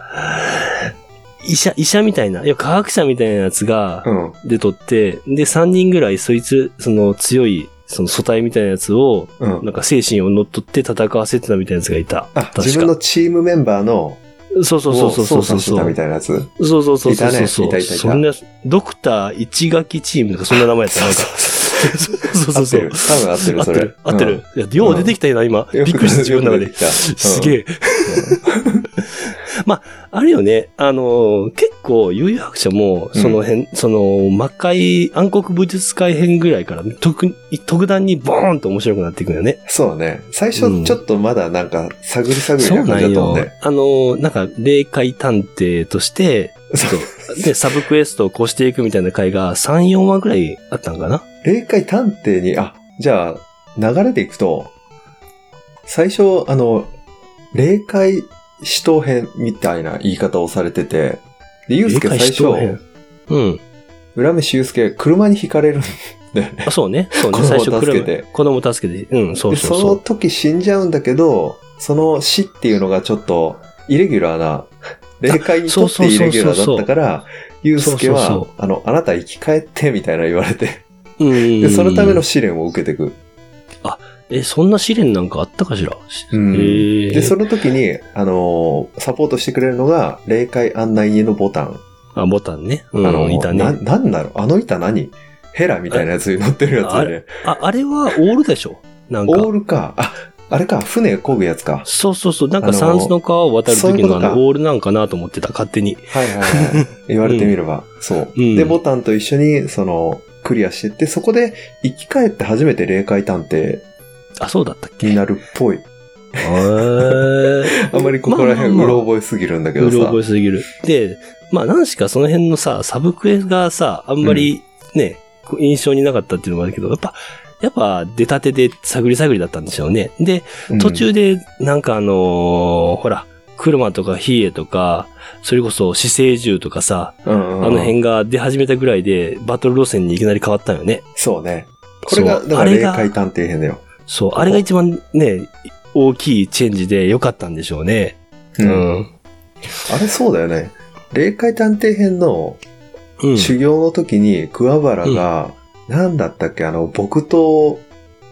S1: 医者、医者みたいな、いや、科学者みたいなやつが、
S2: うん。
S1: で取って、で、3人ぐらい、そいつ、その強い、その素体みたいなやつを、
S2: うん。
S1: なんか精神を乗っ取って戦わせてたみたいなやつがいた。
S2: あ、
S1: か
S2: 自分のチームメンバーの、
S1: そうそうそうそうそうそう。
S2: 操作してたみたいなやつ。
S1: そうそうそうそうそう。
S2: いたねいたいたいた
S1: そんな、ドクター一垣チームとかそんな名前やったな。そう
S2: 合
S1: そう
S2: っ
S1: そ
S2: て
S1: う
S2: る。。多分合って
S1: 合
S2: る、
S1: っ
S2: そ
S1: て
S2: れ
S1: る。。合ってる。いや、よう出てきたよな、今。
S2: う
S1: び
S2: ん。
S1: っくりした、自分の中で。
S2: よく出てきた。
S1: すげ
S2: え。
S1: え。 [LAUGHS] まあ、あるよね。あの、結構、悠々白書も、その辺、その、魔界、暗黒武術界編ぐらいから、特に、特段にボーンと面白くなっていくんだよね。
S2: そうね。最
S1: う
S2: 初
S1: ん
S2: ちょっとまだなんか探り探り
S1: そ
S2: な
S1: うな
S2: 感じだ
S1: ん
S2: ったもん
S1: よ
S2: ね。。
S1: あの、なんか、霊界探偵として、
S2: そう。
S1: で、サブクエストを越していくみたいな回が3、4話ぐらいあったんかな
S2: 霊界探偵に、あ、じゃあ、流れていくと、最初、あの、霊界死闘編みたいな言い方をされてて、で、ゆうすけ最
S1: 霊界死闘
S2: 初
S1: 編、うん。
S2: 浦飯ゆうすけ、車にひかれるんだよね。
S1: あそうね。そうね。
S2: [LAUGHS] 子供
S1: 最初、
S2: を助けて
S1: 子供助けて。うん、そう
S2: で
S1: そう
S2: そ
S1: そ
S2: の
S1: う。
S2: 時死んじゃうんだけど、その死っていうのがちょっと、イレギュラ
S1: [LAUGHS]
S2: ーな、霊界にと
S1: そう
S2: っ
S1: そう
S2: てイ
S1: そうそう
S2: レギュラーだったから、ゆうすけ
S1: そ
S2: は、
S1: うそう
S2: あの、あなた生き返って、みたいな言わ
S1: [LAUGHS]
S2: れて、
S1: うん。
S2: で、そのための試練を受けていく。
S1: え、そんな試練なんかあったかしら
S2: うん
S1: へー
S2: で、その時に、あのーサポートしてくれるのが、霊界案内家のボタン。
S1: あ、ボタンね。うん、
S2: あのー
S1: いた
S2: な、
S1: ね。
S2: なんだろうあの板何ヘラみたいなやつに乗ってるやつだよね。
S1: あ、あれはオールでしょなんか。
S2: オールか。あ、あれか。船漕ぐやつか。
S1: そうそうそう。なん
S2: あ
S1: か
S2: のー
S1: サンズの川を渡る時
S2: そういうこ
S1: の
S2: と
S1: あ
S2: か
S1: の、オールなんかなと思ってた、勝手に。
S2: はいはいはい。
S1: [LAUGHS]
S2: 言われてみれば。そう。
S1: うん
S2: で、ボタンと一緒に、その、クリアしてって、そこで生き返って初めて霊界探偵
S1: あ、そうだったっけ
S2: になるっぽい。
S1: へー
S2: あんまりここら辺、
S1: まあまあまあ
S2: うろ覚えすぎるんだけ
S1: う
S2: ど
S1: ろ
S2: さ
S1: 覚え。すぎる。で、まあ、何しかその辺のさ、サブクエがさ、あんまりね、こう印象になかったっていうのもあるけど、やっぱ、やっぱ出たてで探り探りだったんでしょうね。で、
S2: うん
S1: 途中で、なんかあのーほら、車とかヒエとか、それこそ死生獣とかさ、
S2: うんうんうん
S1: あの辺が出始めたぐらいで、バトル路線にいきなり変わったよね。
S2: そうね。これが、
S1: そう
S2: だか
S1: あ
S2: ら
S1: れ
S2: 霊
S1: が
S2: 界探偵編だよ。
S1: そう、あれが一番ね、大きいチェンジで良かったんでしょうね。うん。
S2: あれそうだよね。霊界探偵編の
S1: うん。
S2: 修行の時に桑原が、なんだったっけ、あの、木刀、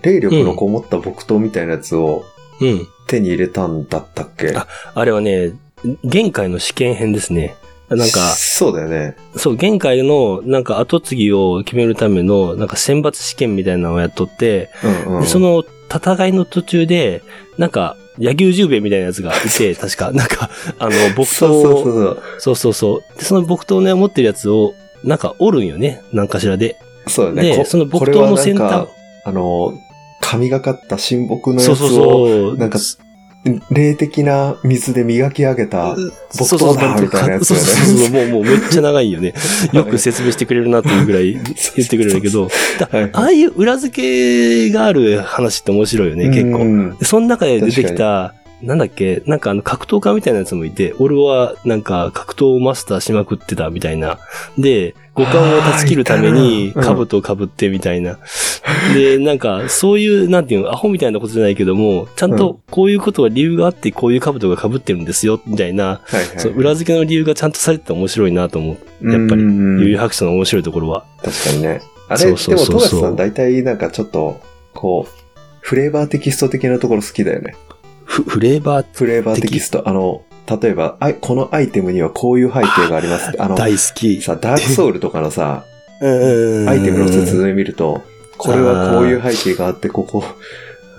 S2: 霊力のこもった木刀みたいなやつを
S1: うん。
S2: 手に入れたんだったっけ、
S1: ああれはね、限界の試験編ですね。なんか、
S2: そうだよね。
S1: そう、限界の、なんか後継ぎを決めるための、なんか選抜試験みたいなのをやっとって、
S2: うんうん。
S1: でそ、の戦いの途中で、なんか、柳生十兵衛みたいなやつがいて、
S2: [LAUGHS]
S1: 確か、なんか、あの、木刀
S2: そうそうそ
S1: を、
S2: う
S1: そうそうそう。で、その木刀ね、持ってるやつを、なんか、おるんよね、なんかしらで。
S2: そう。そうだよね。
S1: で、
S2: こ
S1: その木刀の先。
S2: これはなん
S1: 端
S2: か、あの、神がかった神木のやつ
S1: そ
S2: を、
S1: うそうそう。
S2: なんか霊的な水で磨き上げた、木
S1: そうそう
S2: 刀だみたいなやつ
S1: そう
S2: よね。
S1: そうそう、もう、もうめっちゃ長いよ
S2: [LAUGHS]
S1: ね。 [LAUGHS] よく説明してくれるなっていうぐらい言ってくれるんだけど、だ
S2: はいはい
S1: ああいう裏付けがある話って面白いよね、結構。
S2: 構。
S1: でその中で出てきた、なんだっけ、なんかあの格闘家みたいなやつもいて、俺はなんか格闘をマスターしまくってたみたいな。で、五感を断ち切るために
S2: あーいたなうん
S1: 兜を被ってみたいな。で、なんかそういう、なんていうの、アホみたいなことじゃないけども、ちゃんとこういうことは理由があってこういう兜が被ってるんですよ、みたいな。
S2: はいはい
S1: そう裏付けの理由がちゃんとされてて面白いなと思う。やっぱり
S2: うんうんうん
S1: 悠々白書の面白いところは。
S2: 確かにね。あ
S1: そ
S2: れ、
S1: うそうそうそう
S2: でも、富樫さん大体なんかちょっと、こう、フレーバーテキスト的なところ好きだよね。
S1: フフレーバー
S2: フレーバーテキスト。あの、例えば、あいこのアイテムにはこういう背景がありますって。あの、
S1: 大好き。
S2: さ、ダークソウルとかのさ、
S1: ア
S2: アイテムの説明見ると、これはこういう背景があって、ここ、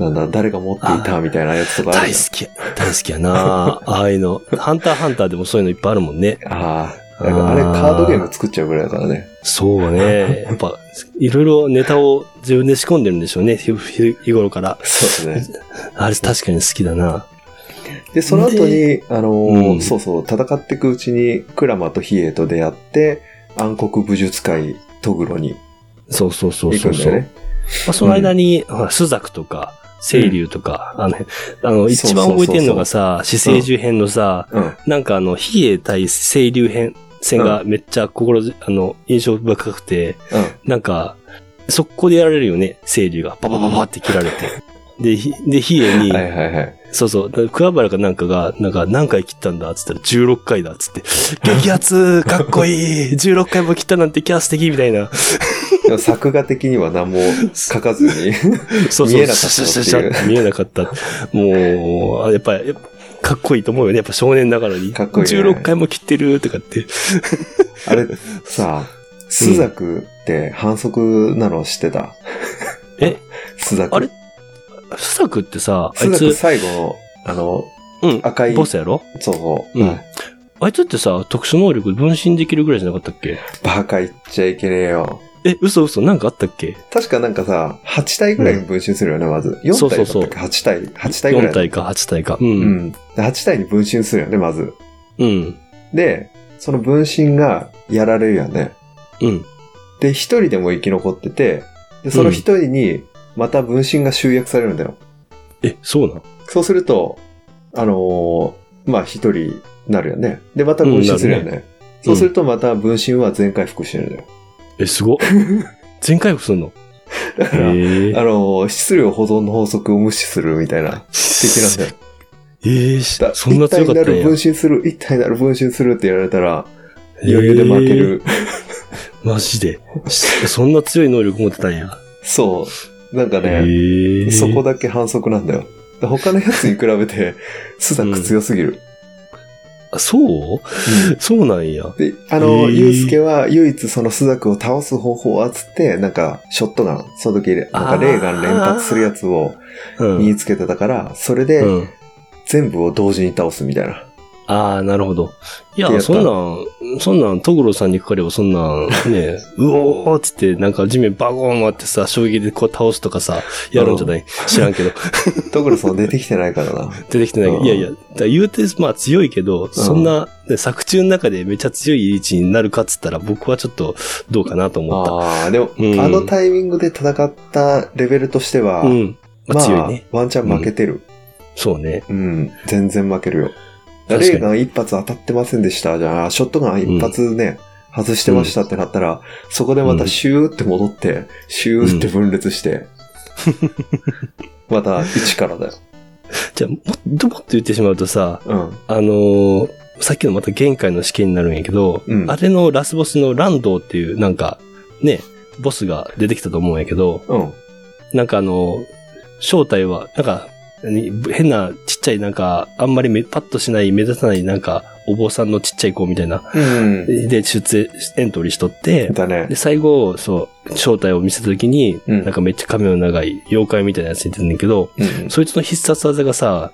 S2: なんだ、誰が持っていたみたいなやつとかあ
S1: 大
S2: る
S1: 好。き。大好きや
S2: [LAUGHS]
S1: なああいうの。ハンターハンターでもそういうのいっぱいあるもんね。
S2: ああ、なんかあれ
S1: あー
S2: カードゲーム作っちゃうぐらいだからね。
S1: そう
S2: [LAUGHS]
S1: ね。やっぱ、いろいろネタを自分で仕込んでるんでしょうね。日日頃から。
S2: そうですね。
S1: あれ確かに好きだな。
S2: で、その後に、あのー
S1: うん
S2: そうそう、戦っていくうちに、クラマとヒエと出会って、暗黒武術界、トグロに
S1: そうそうそう
S2: 行
S1: そう
S2: く
S1: ん
S2: だ
S1: そ
S2: よ
S1: う。
S2: ね。
S1: まあ、その間に、ほら朱雀とか、清流とか、あの辺、あの、一番覚えてるのがさ、死生獣編のさ、
S2: うん。
S1: なんかあの、比叡対清流編、戦がめっちゃ心じ、あの、印象深くて、なんか、速攻でやられるよね、清流が。ババババって切られて。で、ひで、比叡
S2: う
S1: に
S2: ん。は、いはいはい。
S1: そうそう、だから桑原かなんかが、なんか何回切ったんだっつったら16回だっつって、激アツかっこいい !16 回も切ったなんてキャス的みたいな。
S2: でも作画的には何も書かずに。
S1: そうそう、
S2: 見えなかった
S1: シャシャシャシャって見えなかった。もう、あやっぱり、やっぱかっこいいと思うよね。やっぱ少年ながらに。
S2: かっこいいね
S1: 16回も切ってるとかって。[LAUGHS]
S2: あれ、さあ、スザクって反則なの知ってた
S1: え
S2: スザク。
S1: あれスザクってさ、あ
S2: ス
S1: い
S2: ザク
S1: つ、
S2: 最後の、あの、
S1: うん、
S2: 赤い、
S1: ボスやろ
S2: そうそう。
S1: うんあいつってさ、特殊能力分身できるぐらいじゃなかったっけ
S2: バカ言っちゃいけねえよ。
S1: え、嘘嘘、なんかあったっけ
S2: 確かなんかさ、8体ぐらいに分身するよね、まず。
S1: そ
S2: 4
S1: うそう
S2: 体だ
S1: そう
S2: ったっけ ?8 体。8体
S1: ?4
S2: ぐらいだっ
S1: 体か8体か。う。
S2: た。うんん。で8体に分身するよね、まず。
S1: うん。
S2: で、その分身がやられるよね。
S1: うん。
S2: で、一人でも生き残ってて、で、その一人に、また分身が集約されるんだよ。
S1: え、そうなん
S2: そうすると、あのーまあ、一人になるよね。で、また分身するよ
S1: うん
S2: ね。そうすると、また分身は全回復してるんだよ。
S1: え、す
S2: [LAUGHS]
S1: ごっ。全回復すんの
S2: だから、
S1: え
S2: あのー質量保存の法則を無視するみたいな、敵なんだよ。
S1: えー、
S2: だ
S1: しそんな強かったん
S2: 一体にな
S1: や
S2: る分。身する、一体になる分身するって言われたら、余裕で負ける。
S1: えー。マジ
S2: [LAUGHS]
S1: で。しそんな強い能力持ってたんや。
S2: そう。なんか
S1: え
S2: ね、
S1: ー、
S2: そこだけ反則なんだよ。だ他のやつに比べて、 [LAUGHS] スダック強すぎる。
S1: あそうそうなんや。
S2: で、あの、
S1: へー
S2: ユウスケは唯一そのスザクを倒す方法はつって、なんか、ショットガン、その時、なんか、レーガン連発するやつを
S1: うん。
S2: 身につけてたから、それで
S1: うん。
S2: 全部を同時に倒すみたいな。
S1: ああ、なるほど。い
S2: ってや
S1: や、
S2: った
S1: そんなん、そんなん、トグロさんにかかればそんなん、ね、うおーっつって、なんか地面バゴーンってさ、衝撃でこう倒すとかさ、やるんじゃない知らんけ [LAUGHS] ど。
S2: トグロさん出てきてないからな。
S1: 出てきてないけ
S2: う
S1: ど。
S2: ん
S1: いやいや、だから言うて、まあ強いけど、そんな、ね作中の中でめちゃ強い位置になるかっつったら、僕はちょっとどうかなと思っ
S2: ああ、でも、
S1: うん
S2: あのタイミングで戦ったレベルとしては、
S1: た。うん。まあ強いね。
S2: ワンチャン負けてる。
S1: そうね。
S2: うん、全然負けるよ。レ
S1: 確かに
S2: ーガン一発当たってませんでした。じゃあ、ショットガン一発ね、外してましたってなったら、そこでまたシューって戻って、シューって分裂して、 [LAUGHS] また一からだよ。
S1: じゃあ、もっともっと言ってしまうとさ、
S2: うん。
S1: あのーさっきのまた限界の試験になるんやけど、
S2: うん
S1: あれのラスボスのランドーっていう、なんか、ね、ボスが出てきたと思うんやけど、
S2: うん。
S1: なんかあのー正体は、なんか、何変なちっちゃいなんか、あんまりめパッとしない、目立たないなんか、お坊さんのちっちゃい子みたいな、
S2: うん。
S1: で、出演、エントリーしとって、
S2: だね
S1: で、。最後、そう、正体を見せたときに、
S2: うん
S1: なんかめっちゃ髪の長い妖怪みたいなやつに出てんねんけど、
S2: うん。
S1: そいつの必殺技がさ、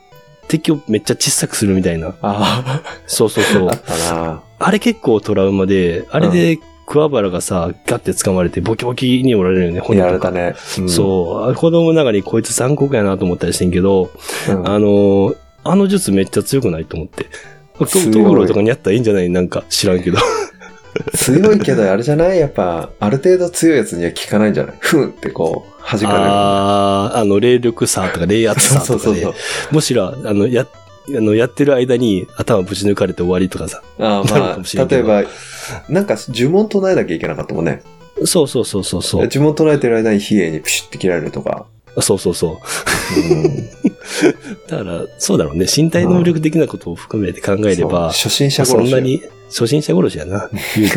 S1: 敵をめっちゃ小さくするみたいな。
S2: あ
S1: そうそうそ
S2: あ、 [LAUGHS]
S1: う
S2: あ。ったな。
S1: あれ結構トラウマで、あれで桑原がさ、ガッて掴まれてボキボキに折られるよね、骨
S2: や
S1: と
S2: られた
S1: か。
S2: ね。うん
S1: そう。あ子供の中にこいつ残酷やなと思ったりしてんけど、
S2: うん。
S1: あのーあの術めっちゃ強くないと思って。ト
S2: 強い
S1: トグロとかにあったらいいんじゃないなんか知らんけ
S2: [LAUGHS]
S1: ど。
S2: 強いけど、あれじゃないやっぱ、ある程度強いやつには効かないんじゃないふんってこう、弾か
S1: あーあの、霊力差とか霊
S2: れる。
S1: 圧
S2: そ
S1: 差
S2: う [LAUGHS] そう
S1: と
S2: そ
S1: かで
S2: うそう。、
S1: むしろ、あの、や、あの、やってる間に頭ぶち抜かれて終わりとかさ。
S2: あ
S1: なるか
S2: あま
S1: もしれ
S2: あ、
S1: んけ
S2: 例え
S1: ど
S2: ば、なんか呪文唱えなきゃいけなかったもんね。
S1: そうそうそうそうそう。
S2: 呪文唱えてる間に比叡にピシュって切られるとか。
S1: そうそうそう。
S2: うん
S1: だから、そうだろうね。身体能力的なことを含めて考えれば、
S2: そう初心者
S1: そ
S2: 殺
S1: ん
S2: し
S1: な
S2: だよ。
S1: に、初心者殺しや [LAUGHS] な。言う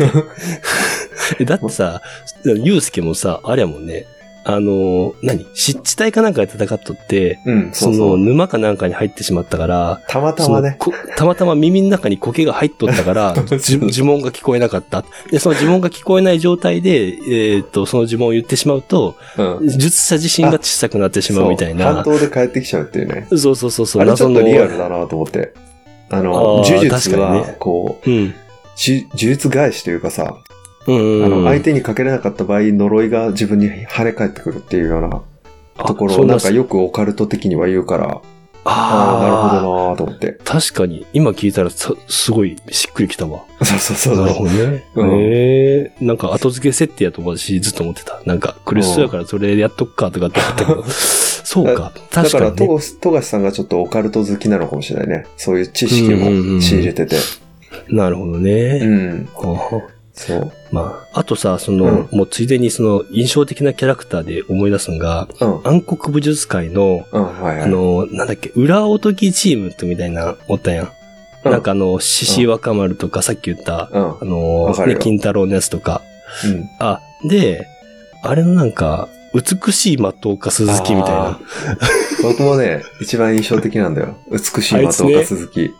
S1: てだってさ、ゆうすけもさ、あれやもんね。あの、何湿地帯かなんかで戦っとって、
S2: うん、そ
S1: そう
S2: そ
S1: の
S2: う。
S1: 沼かなんかに入ってしまったから、
S2: たまたまね。
S1: そのこたまたま耳の中に苔が入っとったから、
S2: [LAUGHS]
S1: じ呪文が聞こえなかった。で、その呪文が聞こえない状態で、えーっと、その呪文を言ってしまうと、
S2: うん。
S1: 術者自身が小さくなってしまうみたい
S2: そう
S1: な
S2: 反。動で帰ってきちゃうっていうね。
S1: そうそうそうそう、
S2: あれちょっ
S1: の
S2: とリアルだなと思って。あの、
S1: あー
S2: 呪術
S1: 確かに
S2: は
S1: ね、
S2: こう、
S1: うん。
S2: 呪呪術返しというかさ、
S1: うん
S2: あ
S1: うんうん。
S2: の、相手にかけれなかった場合、呪いが自分に跳ね返ってくるっていうようなところ
S1: あ
S2: を、
S1: そ
S2: なんかよくオカルト的には言うから、ああ、なる
S1: ああ、
S2: ほどなと思って。 [LAUGHS]
S1: 確かに、今聞いたらさすごいしっくりきたわ。
S2: そうそうそう。
S1: なるほどね。
S2: うん
S1: へえなんか後付け設定やと私ずっと思ってた。なんか苦しそうやからそれやっとくかとかって思ったけど。 [LAUGHS] そうか。
S2: だ
S1: 確
S2: か、
S1: からに、ね。
S2: 富樫富樫さんがちょっとオカルト好きなのかもしれないね。そういう知識
S1: うんうんう
S2: も
S1: ん
S2: 仕入れてて。
S1: なるほど
S2: う
S1: ね。
S2: ん。
S1: ほうほう
S2: そう。
S1: まあ、あとさ、その、もうついでにその印象的なキャラクターで思い出すのが、
S2: うん。
S1: 暗黒武術界の、
S2: うん、はいは
S1: あ
S2: い。
S1: の、なんだっけ、裏おとぎチームってみたいな、おったやん。
S2: うん
S1: なんかあの、獅子若丸とかさっき言った、
S2: うん。
S1: あの
S2: わか
S1: ー、ね
S2: るよ
S1: 金太郎のやつとか。
S2: うん。
S1: あ、で、あれのなんか、美しい的岡鈴木みたい
S2: あ
S1: な。
S2: ー。僕もね、一番印象的なんだよ。美しい
S1: あい
S2: 松
S1: つね
S2: 岡鈴木。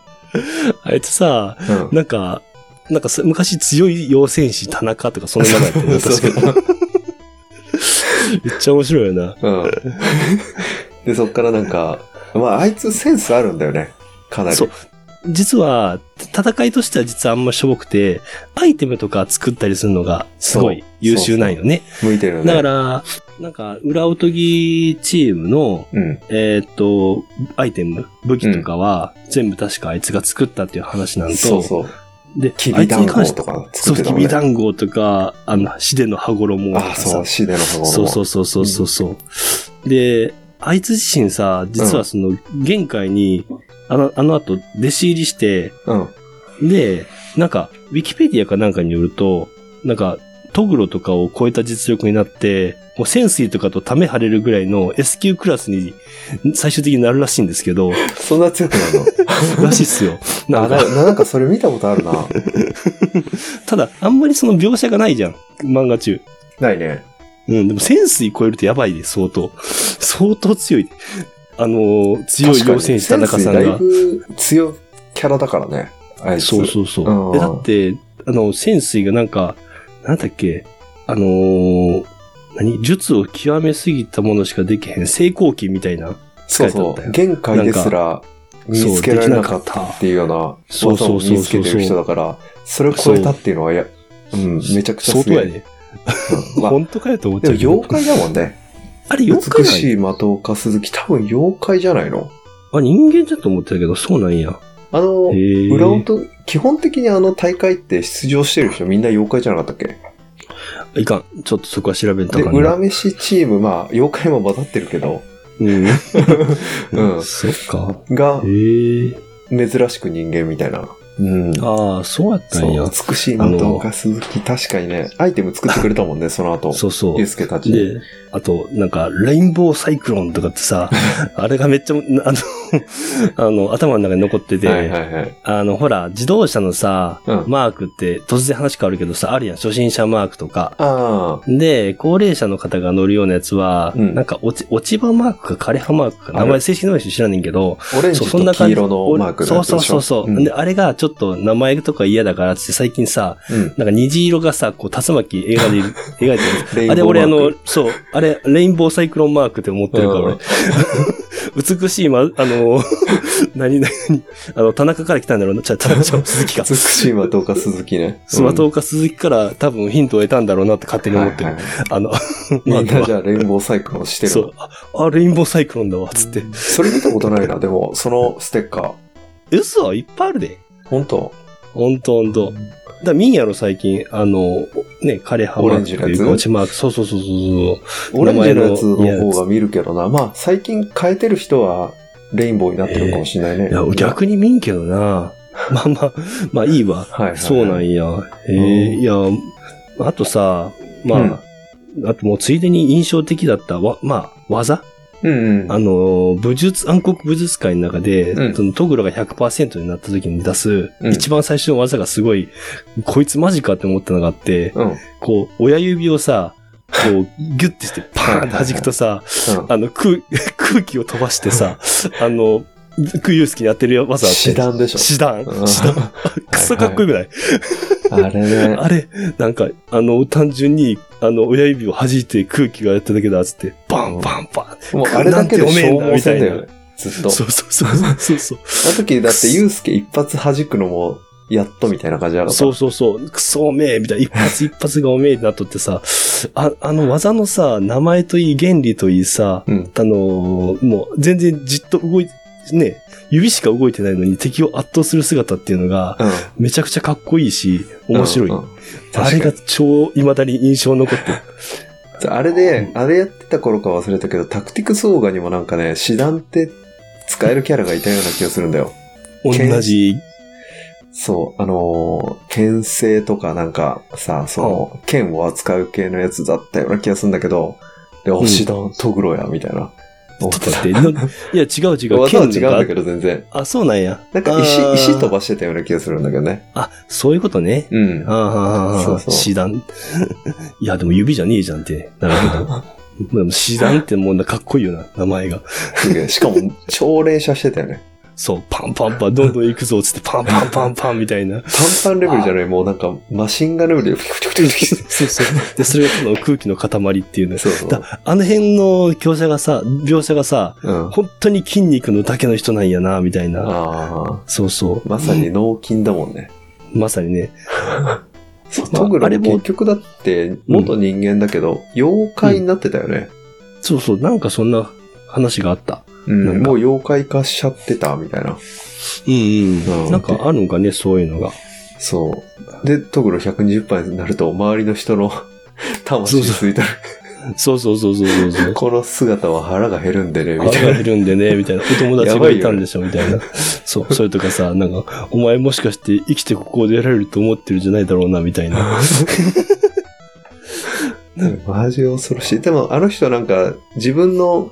S1: あいつさ、
S2: うん。
S1: なんか、なんかさ昔強い妖戦士田中とかその名前だったよね確か
S2: [LAUGHS] そう
S1: に。めっちゃ面白いよな。
S2: うん。で、そっからなんか、まあ、あいつセンスあるんだよね。かなり。
S1: そう実は、戦いとしては実はあんましょぼくて、アイテムとか作ったりするのがすごい優秀なんよね。
S2: 向いてるよね。
S1: だから、なんか、裏おとぎチームの、
S2: うん。
S1: えーっと、アイテム、武器とかは、全部確かあいつが作ったっていう話なんと、
S2: そうそう。
S1: で、
S2: き
S1: あ
S2: び
S1: いつ
S2: 団
S1: に関
S2: 子
S1: して
S2: とか
S1: そ
S2: 作
S1: う、
S2: ってた
S1: き
S2: もん
S1: び
S2: ね。
S1: 団子とか、あの、シデの羽衣と
S2: あ、
S1: か
S2: そ
S1: さ
S2: う、、シデの箱も。
S1: そうそうそうそうそうそう。で、あいつ自身さ、実はその、玄界に、あの、あの後、弟子入りして、
S2: う。うん。
S1: で、なんか、ウィキペディアかなんかによると、なんか、トグロとかを超えた実力になって、もう潜水とかとため張れるぐらいの S 級クラスに最終的になるらしいんですけど、
S2: そんな強くなるの
S1: らしいっす
S2: [LAUGHS]
S1: よ。な
S2: あ
S1: んか
S2: ななんかそれ見たことあ
S1: [LAUGHS]
S2: るな。
S1: ただ、あんまりその描写がないじゃん。漫画中。
S2: ないね。
S1: うん、でも潜水超えるとやばいで、相当。 [LAUGHS] 相当強い。あのー、強い
S2: 確か
S1: 妖戦
S2: に
S1: 士田中さん
S2: センスだい
S1: が。
S2: ぶ強いキャラだからね。あいつ。
S1: そうそうそう。
S2: うん
S1: でだって、あの、潜水がなんか、なんだっけ、あのー何術を極めすぎたものしかできへん成功期みたいな。
S2: そ
S1: 使
S2: う
S1: えたん
S2: そ
S1: だ
S2: う。
S1: よ
S2: 限界ですら見つけられなかったっていうような
S1: そうできなかった
S2: 技を身につけてる人だから、それを超えたっていうのは、や、うん、めちゃくちゃ
S1: 相
S2: す
S1: 当
S2: げえ。
S1: やね。
S2: うんまあ、
S1: 本当かよと思っち
S2: で
S1: ゃ
S2: も
S1: うけど。
S2: 妖怪だもんね。
S1: あれ妖怪
S2: 美
S1: なん
S2: し
S1: や
S2: い的岡鈴木、多分妖怪じゃないの
S1: あ、人間だと思ってたけど、そうなんや。
S2: あの
S1: へ、え。
S2: 裏音、基本的にあの大会って出場してる人みんな妖怪じゃなかったっけ
S1: いかん。ちょっとそこは調べんと
S2: で、
S1: あかんな
S2: 裏飯チーム、まあ、妖怪も混ざってるけど、
S1: うん。
S2: [LAUGHS] うん
S1: そっか。
S2: が
S1: へ、え。
S2: 珍しく人間みたいな。うん。
S1: ああ、そうやった
S2: そ
S1: んや
S2: う、。美しい的岡鈴木、確かにね、アイテム作ってくれたもんね、その
S1: [LAUGHS]
S2: 後。
S1: そうそう
S2: ゆう。すけたち。
S1: で、あと、なんか、レインボーサイクロンとかって
S2: [LAUGHS]
S1: さ、あれがめっちゃ、あ [LAUGHS] の、あの、頭の中に残ってて、
S2: はいはいはい。
S1: あの、ほら、自動車のさ、
S2: うん
S1: マークって、突然話変わるけどさ、あるやん、初心者マークとか。
S2: ああ、
S1: で、高齢者の方が乗るようなやつは、
S2: うん
S1: なんか落ち、落ち葉マークか枯葉マークか、
S2: あ
S1: 名
S2: る
S1: 前正式な名前知らんねんけど、
S2: オレンジ
S1: そう、そんな
S2: と
S1: 感
S2: 黄
S1: じ。
S2: 色のマークの
S1: そ
S2: や
S1: う
S2: つで
S1: そう
S2: し
S1: そ
S2: ょ
S1: うそう、
S2: ん
S1: で、あれがちょっと名前とか嫌だからっつって最近さ、
S2: うん
S1: なんか虹色がさ、こう、竜巻映画で
S2: [LAUGHS]
S1: 描いてるや
S2: レイ
S1: つ。
S2: ンボー
S1: あれ俺あ
S2: マ
S1: の
S2: ーク、
S1: そう、あれ、レインボーサイクロンマークって思ってるから
S2: う
S1: 俺
S2: ん。
S1: 美しい、ま、あの、 [LAUGHS] 何々、あの、田中から来たんだろうな。じゃあ田中ちゃん、鈴木か。
S2: 美しい的岡鈴木ね。
S1: スマト
S2: 岡
S1: ーカ鈴木から多分ヒントを得たんだろうなって勝手に思ってる。あ
S2: [LAUGHS]
S1: の、
S2: みんな
S1: ま
S2: じゃあレインボーサイクロンし
S1: あ
S2: てる
S1: そ
S2: の
S1: う。あ、あレインボーサイクロンだわ、つって。
S2: それ見たことないな、でも、そのステッカ
S1: 嘘いっぱいあるで。
S2: ー。本当
S1: ほんとほんと。だからミーヤの最近、あの、ね、枯葉マークっていうか、
S2: オレンジのやつ
S1: 落ちマーク、そうそうそうそうそう。
S2: オレンジのやつ
S1: 名前
S2: の
S1: の
S2: 方が見るけどな。まあ、最近変えてる人は、レインボーになってるかもしれないね。
S1: いや、逆に見んけど
S2: [LAUGHS]
S1: な。まあまあ、まあいいわ。
S2: はいはいはい
S1: そうなんや。え
S2: う
S1: え
S2: ん
S1: いや、あとさ、まあ、あともうついでに印象的だったわ、まあ、技
S2: うんうん。
S1: あの、武術、暗黒武術界の中で、
S2: うん
S1: そのトグロが100%になった時に出す、
S2: うん
S1: 一番最初の技がすごい、こいつマジかって思ったのがあって、
S2: うん。うん。
S1: こう、親指をさ、こう、 [LAUGHS] ギュッてして、パーンって弾くとさ、あの、空、 [LAUGHS] 空気を飛ばして
S2: [LAUGHS]
S1: さ、あの、空輸式に当てる技あって。
S2: 死弾でしょ。
S1: 師団
S2: うん
S1: 師団くそかっこよくない、
S2: あれね。
S1: あれ、なんか、あの、単純に、あの、親指を弾いて空気がやっただけだっつって、バンバンバン。
S2: もうあれだけで消耗戦だよね。ずっと。
S1: そうそうそうそうそう。
S2: あの時、だって、ゆうすけ一発弾くのも、やっとみ [LAUGHS] たいな感じだから。
S1: そうそうそう。クソおめえみたいな。一発一発がおめえになっとってさ、ああの技のさ、名前といい、原理といいさ、
S2: うん。
S1: あのーもう全然じっと動い、ね、指しか動いてないのに敵を圧倒する姿っていうのが、
S2: うん。
S1: めちゃくちゃかっこいいし、 [LAUGHS] 面白い。
S2: うんうん
S1: あれが超未だに印象に残ってる。
S2: あれで、あれやってた頃か忘れたけど、タクティクスオーガにもなんかね、師団って使えるキャラがいたような気がするんだよ。
S1: 同じ。
S2: そう、あのー剣聖とかなんかさ、その、剣を扱う系のやつだったような気がするんだけど、で、お、
S1: ん
S2: 師団、トグロや、みたいな。思っ
S1: ち
S2: て
S1: ょっと
S2: た。 [LAUGHS]
S1: 待って。 [LAUGHS] ないや、違う違う。
S2: 技は違うんだ
S1: 剣
S2: けど、全然。
S1: あ、そうなんや。
S2: なんか石
S1: あー、
S2: 石飛ばしてたような気がするんだけどね。
S1: あ、そういうことね。
S2: うん。
S1: ああ、ああ、
S2: そ
S1: あ
S2: う
S1: あ
S2: そう
S1: 師団。 [LAUGHS] いや、でも指じゃねえじゃんって。なるほ
S2: [LAUGHS]
S1: ど。でも師団ってもうなかっこいいよな、名前が。
S2: すげえしかも、超連射してたよね。
S1: そう、パンパンパン、どんどん行くぞ、つって、パンパンパンパンみたいな。
S2: パンパンレベルじゃない、もうなんか、マシンガンレベルで、ピクピクピクピクって
S1: そうそう。 [LAUGHS] で、それがこの空気の塊っていうね。
S2: そうそう。
S1: だあの辺の描写がさ、描写がさ、
S2: うん。
S1: 本当に筋肉のだけの人なんやな、みたいな。
S2: ああ。
S1: そうそう。
S2: まさに脳筋だもんね。
S1: まさにね。そう
S2: トグ
S1: まああ
S2: ロ
S1: れ
S2: も
S1: も
S2: 結、局だって、元人間だけど、妖怪になってたよね。
S1: そうそう、なんかそんな話があった。
S2: うん。
S1: なんか
S2: もう妖怪化しちゃってた、みたいな。
S1: うん
S2: うん
S1: なんかあるのかね、そういうのが。
S2: そう。で、トグロ120杯になると、周りの人の [LAUGHS] 魂吸い取る。
S1: そうそうそうそうそう [LAUGHS] そう。
S2: この姿は腹が減るんでね、み
S1: 上
S2: たい
S1: が
S2: な。
S1: いるんでね、みたいな。お友達
S2: やば
S1: が
S2: いよね
S1: いたんでしょ、みた [LAUGHS] いな。そう、それとかさ、なんか、お前もしかして生きてここでやられると思ってるんじゃないだろうな、みたい [LAUGHS] な。
S2: マジ恐ろしい。でも、あの人なんか、自分の、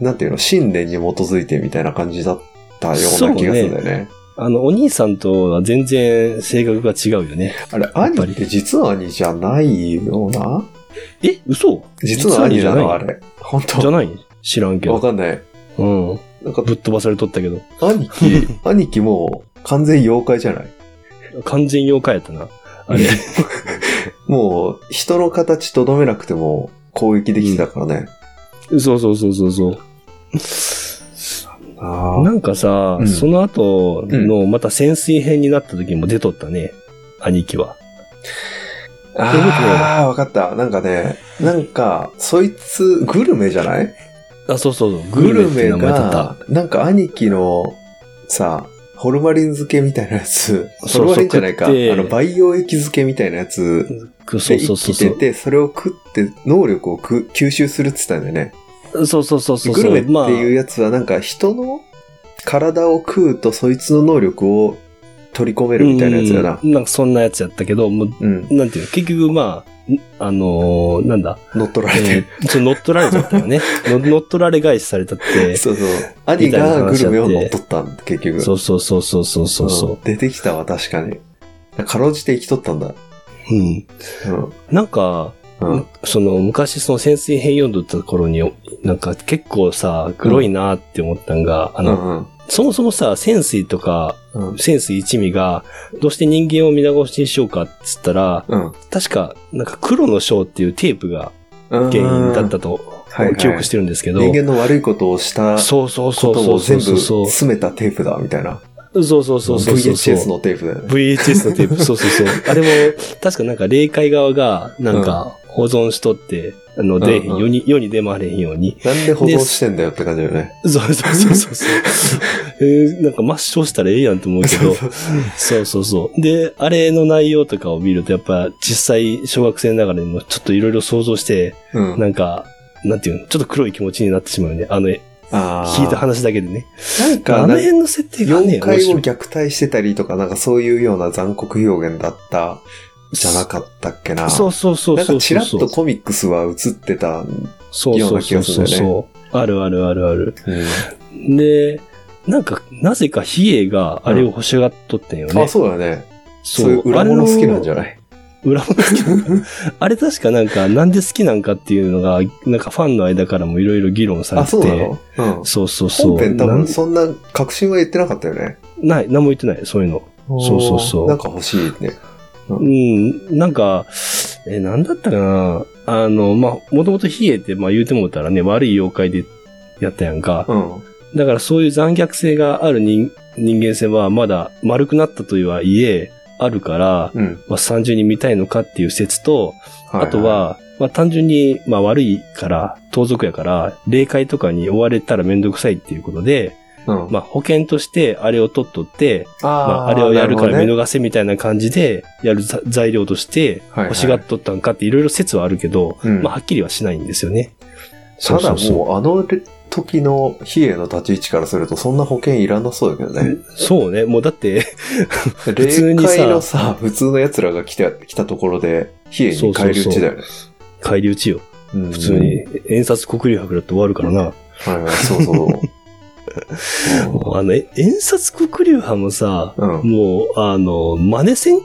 S2: なんていうの、信念に基づいてみたいな感じだったような気がするんだよね。
S1: あの、お兄さんとは全然性格が違うよね。
S2: あれ、
S1: っぱり
S2: 兄って実は兄じゃないような
S1: え、嘘
S2: 実は兄なのあ
S1: い
S2: れ。本
S1: じゃ
S2: 当
S1: ない知らんけ
S2: わ
S1: ど。
S2: かんない。
S1: うん。
S2: なんか、
S1: ぶっ飛ばされとったけ [LAUGHS] ど。
S2: 兄貴、兄貴もう完全妖怪じゃない
S1: 完全妖怪やったな。あ [LAUGHS] れ。
S2: もう、人の形とどめなくても攻撃できてたからね。
S1: そうそうそうそうそう。
S2: あ
S1: なんかさ、
S2: うん
S1: その後の、また潜水編になった時も出とったね。兄貴は。
S2: あー、わかった。なんかね、なんか、そいつ、グルメじゃない
S1: あ、そうそうそう。
S2: グ
S1: グル
S2: ル
S1: メって
S2: メ
S1: 名前だっ
S2: が
S1: た。、
S2: なんか兄貴の、さ、ホルマリン漬けみたいなやつ、ホ
S1: そうそう
S2: ルマリンじゃないか、あ
S1: 食って
S2: の、培養液漬けみたいなやつ
S1: そ
S2: で
S1: うそ
S2: 生
S1: うそう
S2: き
S1: そ
S2: て
S1: う。
S2: て、それを食って能力をく吸収するって言ってたんだよね。
S1: そうそうそうそう。
S2: グルメって
S1: まあ
S2: いうやつはなんか人の体を食うとそいつの能力を取り込めるみたいなやつだな。
S1: うんなんかそんなやつやったけど、もう、
S2: うん。
S1: なんていうの、結局まあ、あのーなんだ、
S2: 乗っ取られて
S1: え
S2: る。 [LAUGHS]
S1: ー、そう乗っ取られちゃったよね。の乗っ取られ返しされたって。
S2: そ
S1: [LAUGHS]
S2: うそう。兄がグルメを乗っ取ったんだ、結局。
S1: そうそうそうそうそうそうそ
S2: ん出てきたわ、確かに。かろうじて生きとったんだ。
S1: う。うん。
S2: うん。
S1: なんか、
S2: うん。
S1: その昔その潜水編読んどった頃に、なんか結構さ、黒いなって思ったんが、あ
S2: う
S1: の、
S2: ん
S1: そもそもさ、潜水とか、
S2: うん。
S1: 潜水一味が、どうして人間を皆殺しにしようかっつったら、
S2: うん。
S1: 確か、なんか黒の章っていうテープが
S2: うん。
S1: 原因だったと
S2: はいはい
S1: 記憶してるんですけど、
S2: 人間の悪いことをした
S1: そうそうそ
S2: こ
S1: う
S2: と
S1: そ
S2: を
S1: うそ
S2: 全
S1: う
S2: 部
S1: そうそう
S2: 詰めたテープだ、みたいな。
S1: そうそうそうそうそうそう
S2: VHS のテープだよね。
S1: VHS のテープ、そうそう
S2: [LAUGHS]
S1: そう。あれも、確かなんか霊界側が、なんか保存しとって、あの、出えへん、
S2: うんうん
S1: 世に、世に出回れへんように。
S2: なんで保存してんだよって感じだよね。
S1: そうそうそうそう
S2: [LAUGHS]
S1: そう。えーなんか抹消したらええやんと思うけど、そうそうそう。で、あれの内容とかを見ると、やっぱ実際小学生ながらにもちょっといろいろ想像して、
S2: [LAUGHS] うん。
S1: なんか、なんていうの、ちょっと黒い気持ちになってしまうね。あの、
S2: あー
S1: 聞いた話だけでね。
S2: なん
S1: あ
S2: か、
S1: の辺の設定が
S2: 妖
S1: ね、
S2: 怪を
S1: 面白い
S2: 虐待してたりとか、なんかそういうような残酷表現だった、じゃなかったっけな。
S1: そうそうそう
S2: なん
S1: そ
S2: か
S1: う
S2: ち
S1: そう
S2: らっ
S1: そう。
S2: とコミックスは映ってた。うん。
S1: そうそうそうそう
S2: ような気がするんだ
S1: そう。あるあるあるある。で、なんか、なぜか比叡があれを欲しがっとってんよね。
S2: あ、そうだね。そういう裏物好きなんじゃ
S1: ない
S2: ない
S1: 裏物好き
S2: [LAUGHS]
S1: なんかあれ確かなんか、なんで好きなんかっていうのが、なんかファンの間からもいろいろ議論され
S2: あ、
S1: てて。
S2: そうなのうん。
S1: そうそうそう。
S2: 本編多分
S1: な
S2: そんな確信は言ってなかったよね。
S1: ない、何も言ってない、そういうの。そうそうそう
S2: なんか欲しいね。
S1: うん、なんか、え、なんだったかなあの、まあ、もともと比叡って、まあ言うてもうたらね、悪い妖怪でやったやんか。
S2: うん。
S1: だからそういう残虐性がある人人間性はまだ丸くなったとはいえ、あるから、
S2: うん。
S1: まあ、30人見たいのかっていう説と、
S2: いい
S1: あと、は、まあ、単純に、まあ、悪いから、盗賊やから、霊界とかに追われたらめんどくさいっていうことで、
S2: うん。
S1: まあ、保険としてあれを取っとって、ま
S2: あ
S1: あ、あれをやるから
S2: 目
S1: 見逃せみたいな感じで、やるざ材料として、
S2: はいはい
S1: 欲しがっとったんかっていろいろ説はあるけど、
S2: うん
S1: まあ、はっきりはしないんですよね。
S2: ただ
S1: そうそう
S2: もうあの時の比叡の立ち位置からするとそんな保険いらなそうだけどね。
S1: そうね。もうだって、 [LAUGHS] 通
S2: 霊
S1: にさ
S2: 界のさ、普通の奴らが来た来たところで、比叡に返り討ちだよね。
S1: 帰り討ちよ。
S2: 普
S1: 普通に。演札黒竜博だって終わるからな。
S2: はいはい、そう [LAUGHS] そう。
S1: あの、え演札黒竜派もさ、
S2: うん。
S1: もう、あの、真似せん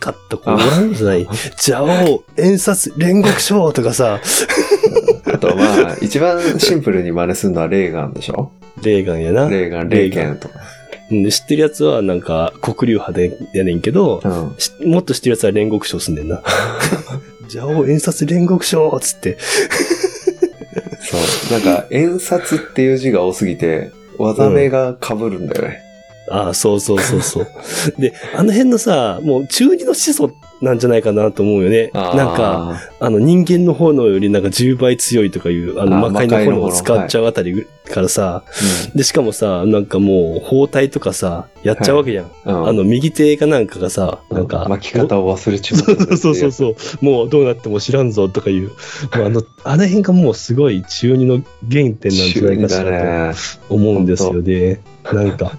S1: かった子おらんじゃ
S2: [LAUGHS]
S1: ない。蛇王、演札、煉獄賞とかさ、
S2: あとまあ、一番シンプルに真似するのはレーガンでしょ
S1: レーガンやな。
S2: レーガン、レーゲンとか。
S1: うん知ってるやつはなんか黒竜派でやねんけど、
S2: うん。
S1: しもっと知ってるやつは煉獄賞すんね
S2: [LAUGHS]
S1: んな。じゃあ、お、演殺煉獄賞つって。
S2: そう。なんか、円札っていう字が多すぎて、技名が被るんだよね。
S1: ああ、そうそうそうそう。で、あの辺のさ、もう中二の始祖なんじゃないかなと思うよね。
S2: あー
S1: なんか、、あの人間の炎よりなんか10倍強いとかいう、あの
S2: あー
S1: 魔界の
S2: 魔界の
S1: 炎を
S2: 炎
S1: 使っちゃうあたりからさ、
S2: う
S1: で、しかもさ、なんかもう包帯とかさ、やっちゃうわけじゃん。
S2: んうん
S1: あの右手かなんかがさ、なんか。
S2: 巻き方を忘れちまった
S1: そ
S2: んだってい
S1: [LAUGHS]
S2: う
S1: そうそうそうそう。もうどうなっても知らんぞとか
S2: [LAUGHS]
S1: いう。まあ、あの、あの辺がもうすごい中二の原点なんじゃないかし
S2: 中二
S1: ら
S2: だね。
S1: と思うんですよね。なんか。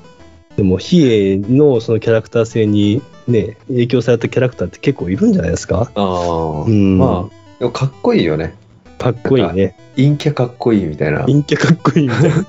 S1: でも、比叡のそのキャラクター性にね、影響されたキャラクターって結構いるんじゃないですか
S2: ああ、
S1: うん
S2: まあ、でもかっこいいよね。
S1: かっこいいね。
S2: 陰キャかっこいいみたいな。
S1: 陰キャかっこいいみたいな。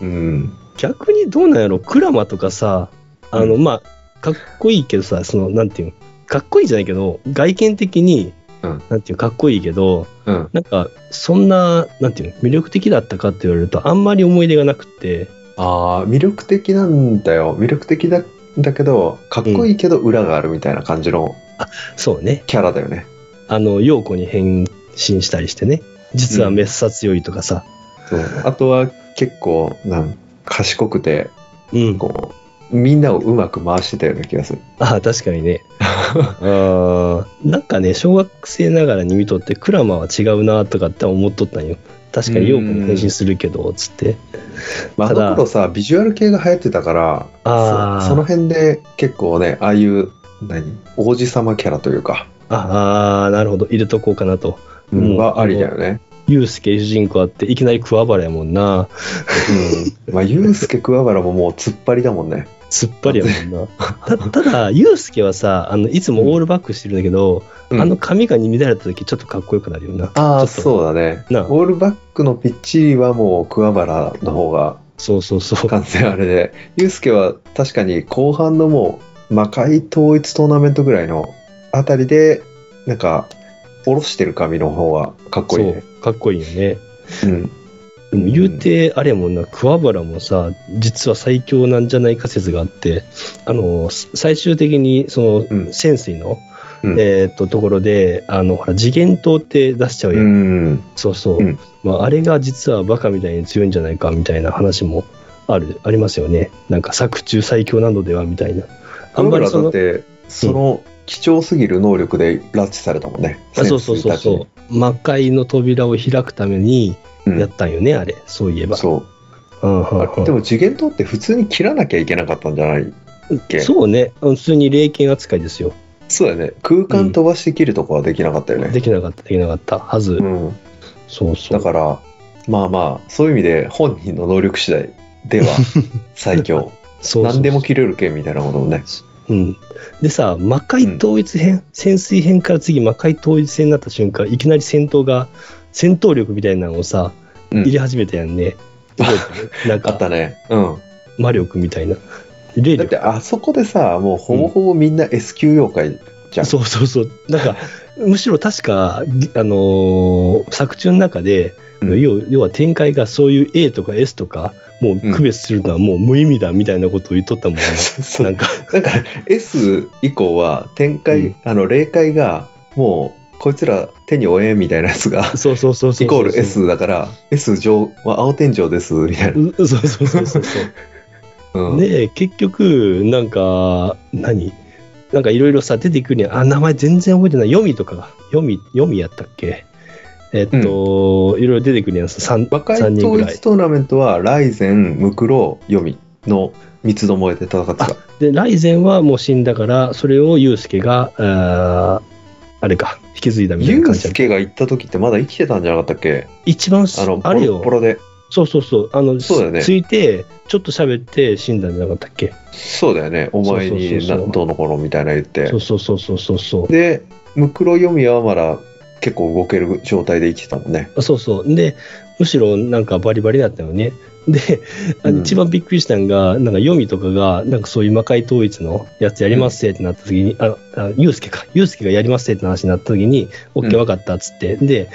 S2: うん。
S1: 逆にどうなんやろクラマとかさ、あの、
S2: う
S1: まあ、かっこいいけどさ、その、なんていうのかっこいいじゃないけど、外見的に、
S2: うん
S1: なんていうのかっこいいけど、
S2: うん。
S1: なんか、そんな、なんていうの、魅力的だったかって言われると、あんまり思い出がなくて、
S2: ああ、魅力的なんだよ。魅力的だだけど、かっこいいけど裏があるみたいな感じの
S1: そうね、
S2: キャラだよね。
S1: あの、陽子に変身したりしてね、実は滅殺強いとかさ、
S2: そうあとは結構、なん賢くて、
S1: うん、
S2: こう、みんなをうまく回してたような気がする。
S1: ああ、確かに
S2: [LAUGHS]
S1: ね。あーなんかね、小学生ながらに見とって、クラマは違うなとかって思っとったんよ。確かに陽子に変身するけど、つって。
S2: まあ、
S1: た
S2: あ
S1: だ
S2: の頃さ、ビジュアル系が流行ってたから、
S1: あー
S2: そその辺で結構ね、ああいう、何王子様キャラというか、
S1: ああ、なるほど、入れとこうかなと。うん
S2: はありだよね。
S1: ユウスケ主人公あって、いきなり桑原やもんな。
S2: うん。まあ、ユースケ・桑原ももう突っ張りだもんね。
S1: すっぱりやもんな。たただ、ユウスケはさ、あのいつもオールバックしてるんだけど、
S2: うん
S1: あの髪が乱れた時ちょっとかっこよくなるよな。
S2: ああ、
S1: ちょっと
S2: そうだね。
S1: なあ
S2: オールバックのピッチリはもう桑原の方が
S1: そうそうそう。
S2: 完全あれで、ユースケは確かに後半のもう魔界統一トーナメントぐらいのあたりで、なんか、下ろしてる髪の方がかっこいいね。
S1: そうかっこいいよね。
S2: うん。
S1: でも言うて、あれやもんな、桑原もさ、実は最強なんじゃないか説があって、あの、す最終的に、そ
S2: うん
S1: の、潜水の、
S2: うん
S1: えーっと、ところで、あの、ほら、次元刀って出しちゃうやん。
S2: うん。
S1: そうそう。
S2: うん
S1: まあ、あれが実はバカみたいに強いんじゃないかみたいな話もある、ありますよね。なんか作中最強なのではみたいな。あ
S2: あ
S1: ん
S2: ん
S1: ま
S2: ま
S1: り
S2: り
S1: そ
S2: だっ
S1: の、
S2: て、その貴重すぎる能力で拉致されたもんね。
S1: あそうそうそうそう。魔界の扉を開くために
S2: うん
S1: やったんよね、あれ。そういえば。
S2: そう。
S1: うんうんうん
S2: でも次元刀って普通に切らなきゃいけなかったんじゃないけ
S1: そうね。普通に霊剣扱いですよ。
S2: そうだよね。空間飛ばして切るとこはできなかったよね。
S1: できなかった、できなかったはず。
S2: うん。
S1: そうそう。
S2: だから、まあまあ、そういう意味で本人の能力次第
S1: [LAUGHS]
S2: では最強。
S1: そうそう
S2: 何でも切れるけみたいなことをね。
S1: うん、でさ魔界統一編、潜水編から次魔界統一編になった瞬間いきなり戦闘が戦闘力みたいなのをさ、
S2: うん
S1: 入れ始めたやん
S2: [LAUGHS]
S1: ね覚えてるなん
S2: あった
S1: か
S2: ね。うん。
S1: 魔力みたいな霊
S2: だって
S1: 力
S2: あそこでさ、もうほぼほぼみんな S 級妖怪じゃん。
S1: そうそうそうなん
S2: [LAUGHS]
S1: かむしろ確か、ぎあのー作中の中で、
S2: うん
S1: 要要は展開がそういう A とか S とかもう区別するのはもう無意味だみたいなことを言っとったもんね、
S2: [LAUGHS] そう
S1: なんか
S2: だから S 以降は展開、
S1: うん
S2: あの霊界がもうこいつら手に負えんみたいなやつが
S1: そうそうそうそうそう
S2: イコール S だから S 上は青天井ですみたいな、
S1: うそうそうそうそうそう
S2: うん
S1: で結局なんか何なんかいろいろさ出てくるにはあ名前全然覚えてないヨミとかがヨミヨミやったっけえっと、
S2: うん
S1: いろいろ出てくるやん三
S2: 魔界
S1: 三人ぐ
S2: 統
S1: らい
S2: 一トーナメントはライゼンムクロヨミの三つどもえで戦ってた
S1: でライゼンはもう死んだからそれをユウスケがあーあれか引き継いだみたい
S2: ユ
S1: な
S2: ウ
S1: 感じ
S2: ス
S1: だ
S2: ケが行った時ってまだ生きてたんじゃなかったっけ
S1: 一番
S2: あ
S1: あ
S2: の
S1: あれよ
S2: ボロボロで
S1: そうそうそうあの
S2: そうだよね
S1: ついてちょっと喋って死んだんじゃなかったっけ
S2: そうだよねお前に
S1: そうそうそう
S2: な
S1: そう
S2: どうの頃みたいな言って
S1: そうそうそうそうそうそう
S2: でムクロヨミはまだ結構動ける状態で生きてたも
S1: [LAUGHS]
S2: んね
S1: そうそう。で、むしろなんかバリバリだったよね。で、あ
S2: うん
S1: 一番びっくりしたのが、なんかヨミとかが、なんかそういう魔界統一のやつやりますぜってなった時に、あ、あユウスケか、ユウスケがやりますぜって話になった時に、オッケーわかったっつって、で、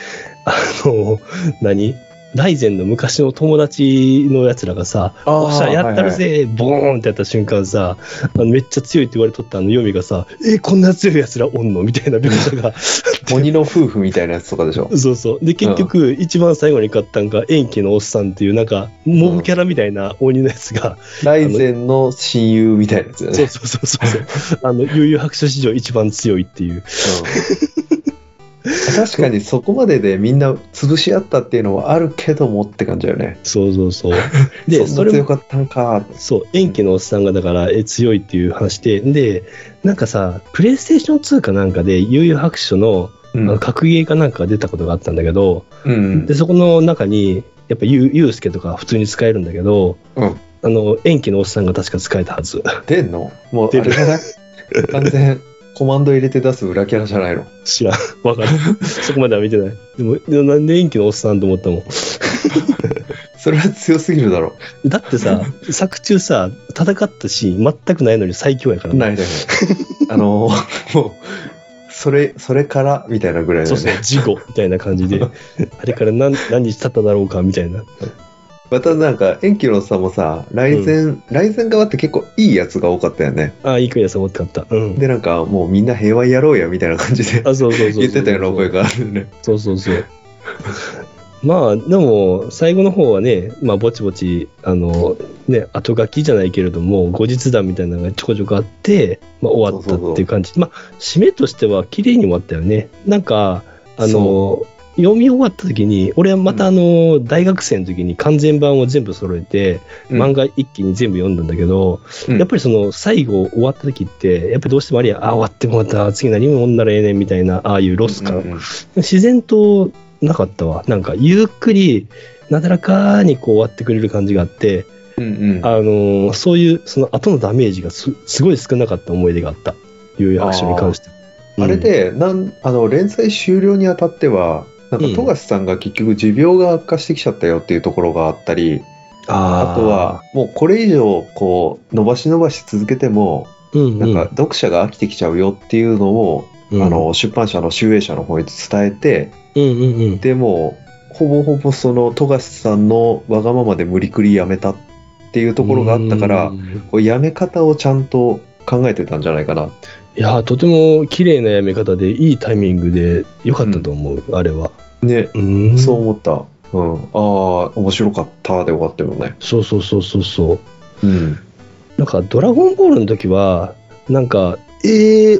S1: あの、何ライゼンの昔の友達のやつらがさ、
S2: あ
S1: おっしゃ、やったるぜ、ボーンってやった瞬間さ、あのめっちゃ強いって言われとったあの、ヨミがさ、え、こんな強いやつらおんのみたいな描写が。
S2: 鬼の夫婦みたいなやつとかでしょ。
S1: そうそう。で、結局、一番最後に買ったんが、円家のおっさんっていう、なんか、モブキャラみたいな鬼のやつが、
S2: ライゼンの親友みたいなやつだ
S1: [LAUGHS]
S2: よ
S1: そう
S2: ね。
S1: そうそう [LAUGHS] そう。あの、悠々白書史上一番強いっていう。
S2: うん [LAUGHS] 確かにそこまででみんな潰し合ったっていうのはあるけどもって感じだよね。
S1: そうそう [LAUGHS] そう。で、
S2: そ
S1: そ
S2: ん
S1: れ
S2: な強
S1: も、
S2: かったんか。
S1: そう、円家のおっさんがだから、え、強いっていう話で、で、なんかさ、プレイステーション2かなんかで、悠々白書の、あ
S2: う
S1: の
S2: ん。
S1: 格ゲーかなんかが出たことがあったんだけど、
S2: うん
S1: で、。そこの中に、やっぱゆ、ゆうすけとか普通に使えるんだけど、
S2: うん
S1: あの、延期のおっさんが確か使えたはず。
S2: 出んのもうあ
S1: 出
S2: れ
S1: る
S2: じゃない完全コマンド入れて出す裏キャラじゃないの。
S1: 知らん。わかる。そこまでは見てない。でも、でもなんで延期のおっさんと思ったもん。
S2: それは強すぎるだろ。
S1: だってさ、作中さ、戦ったシーン全くないのに最強やからね。
S2: ないだよ。あのー、もう、それ、それからみたいなぐらい
S1: そ
S2: だ
S1: う
S2: よ
S1: そう
S2: ね。、
S1: 事故みたいな感じ
S2: [LAUGHS]
S1: で、あれから何何日経っただろうかみたいな。
S2: またなんか、エンキロさんもさ、来前、来前側って結構いいやつが多かったよね。
S1: ああ、いい国やさ、思ってかった。うん。
S2: で、なんか、もうみんな平和やろうやみたいな感じで
S1: あ、そうそうそうそう。
S2: 言ってたような覚えがあるよね。
S1: そうそうそう。まあでも最後の方はね、まあ、ぼちぼちあの、ね、後書きじゃないけれども後日談みたいなのがちょこちょこあって、まあ、終わったっていう感じまあ締めとしては綺麗に終わったよねなんかあの
S2: そ
S1: 読み終わった時に俺はまたあの、大学生の時に完全版を全部揃えて漫画一気に全部読んだんだけど、
S2: うん
S1: やっぱりその最後終わった時ってやっぱりどうしてもありやあ終わってもらった次何も読んだらええねんみたいなああいうロス感
S2: うんうん
S1: 自然となかったわ。なんか、ゆっくり、なだらかにこう終わってくれる感じがあって、
S2: うんうん
S1: あのーそういう、その後のダメージがすすごい少なかった思い出があった。悠々白書に関して。
S2: あれで、なんあの連載終了にあたっては、なんか
S1: うん
S2: 富樫さんが結局持病が悪化してきちゃったよっていうところがあったり、
S1: うん、あー
S2: あとは、もうこれ以上こう伸ばし伸ばし続けても
S1: うん
S2: なんか、読者が飽きてきちゃうよっていうのを、
S1: うん
S2: あ、の出版社の集英社の方に伝えて
S1: うんうんうん。
S2: でもうほぼほぼその富樫さんのわがままで無理くりやめたっていうところがあったから
S1: うん
S2: こうやめ方をちゃんと考えてたんじゃないかない
S1: やー、とても綺麗なやめ方で、いいタイミングで良かったと思う、あれは。
S2: ね、
S1: うん
S2: そう思った、うん、ああ面白かったで終わってるね
S1: そうそうそうそうそう。
S2: うん
S1: なんか、ドラゴンボールの時は、なんか、え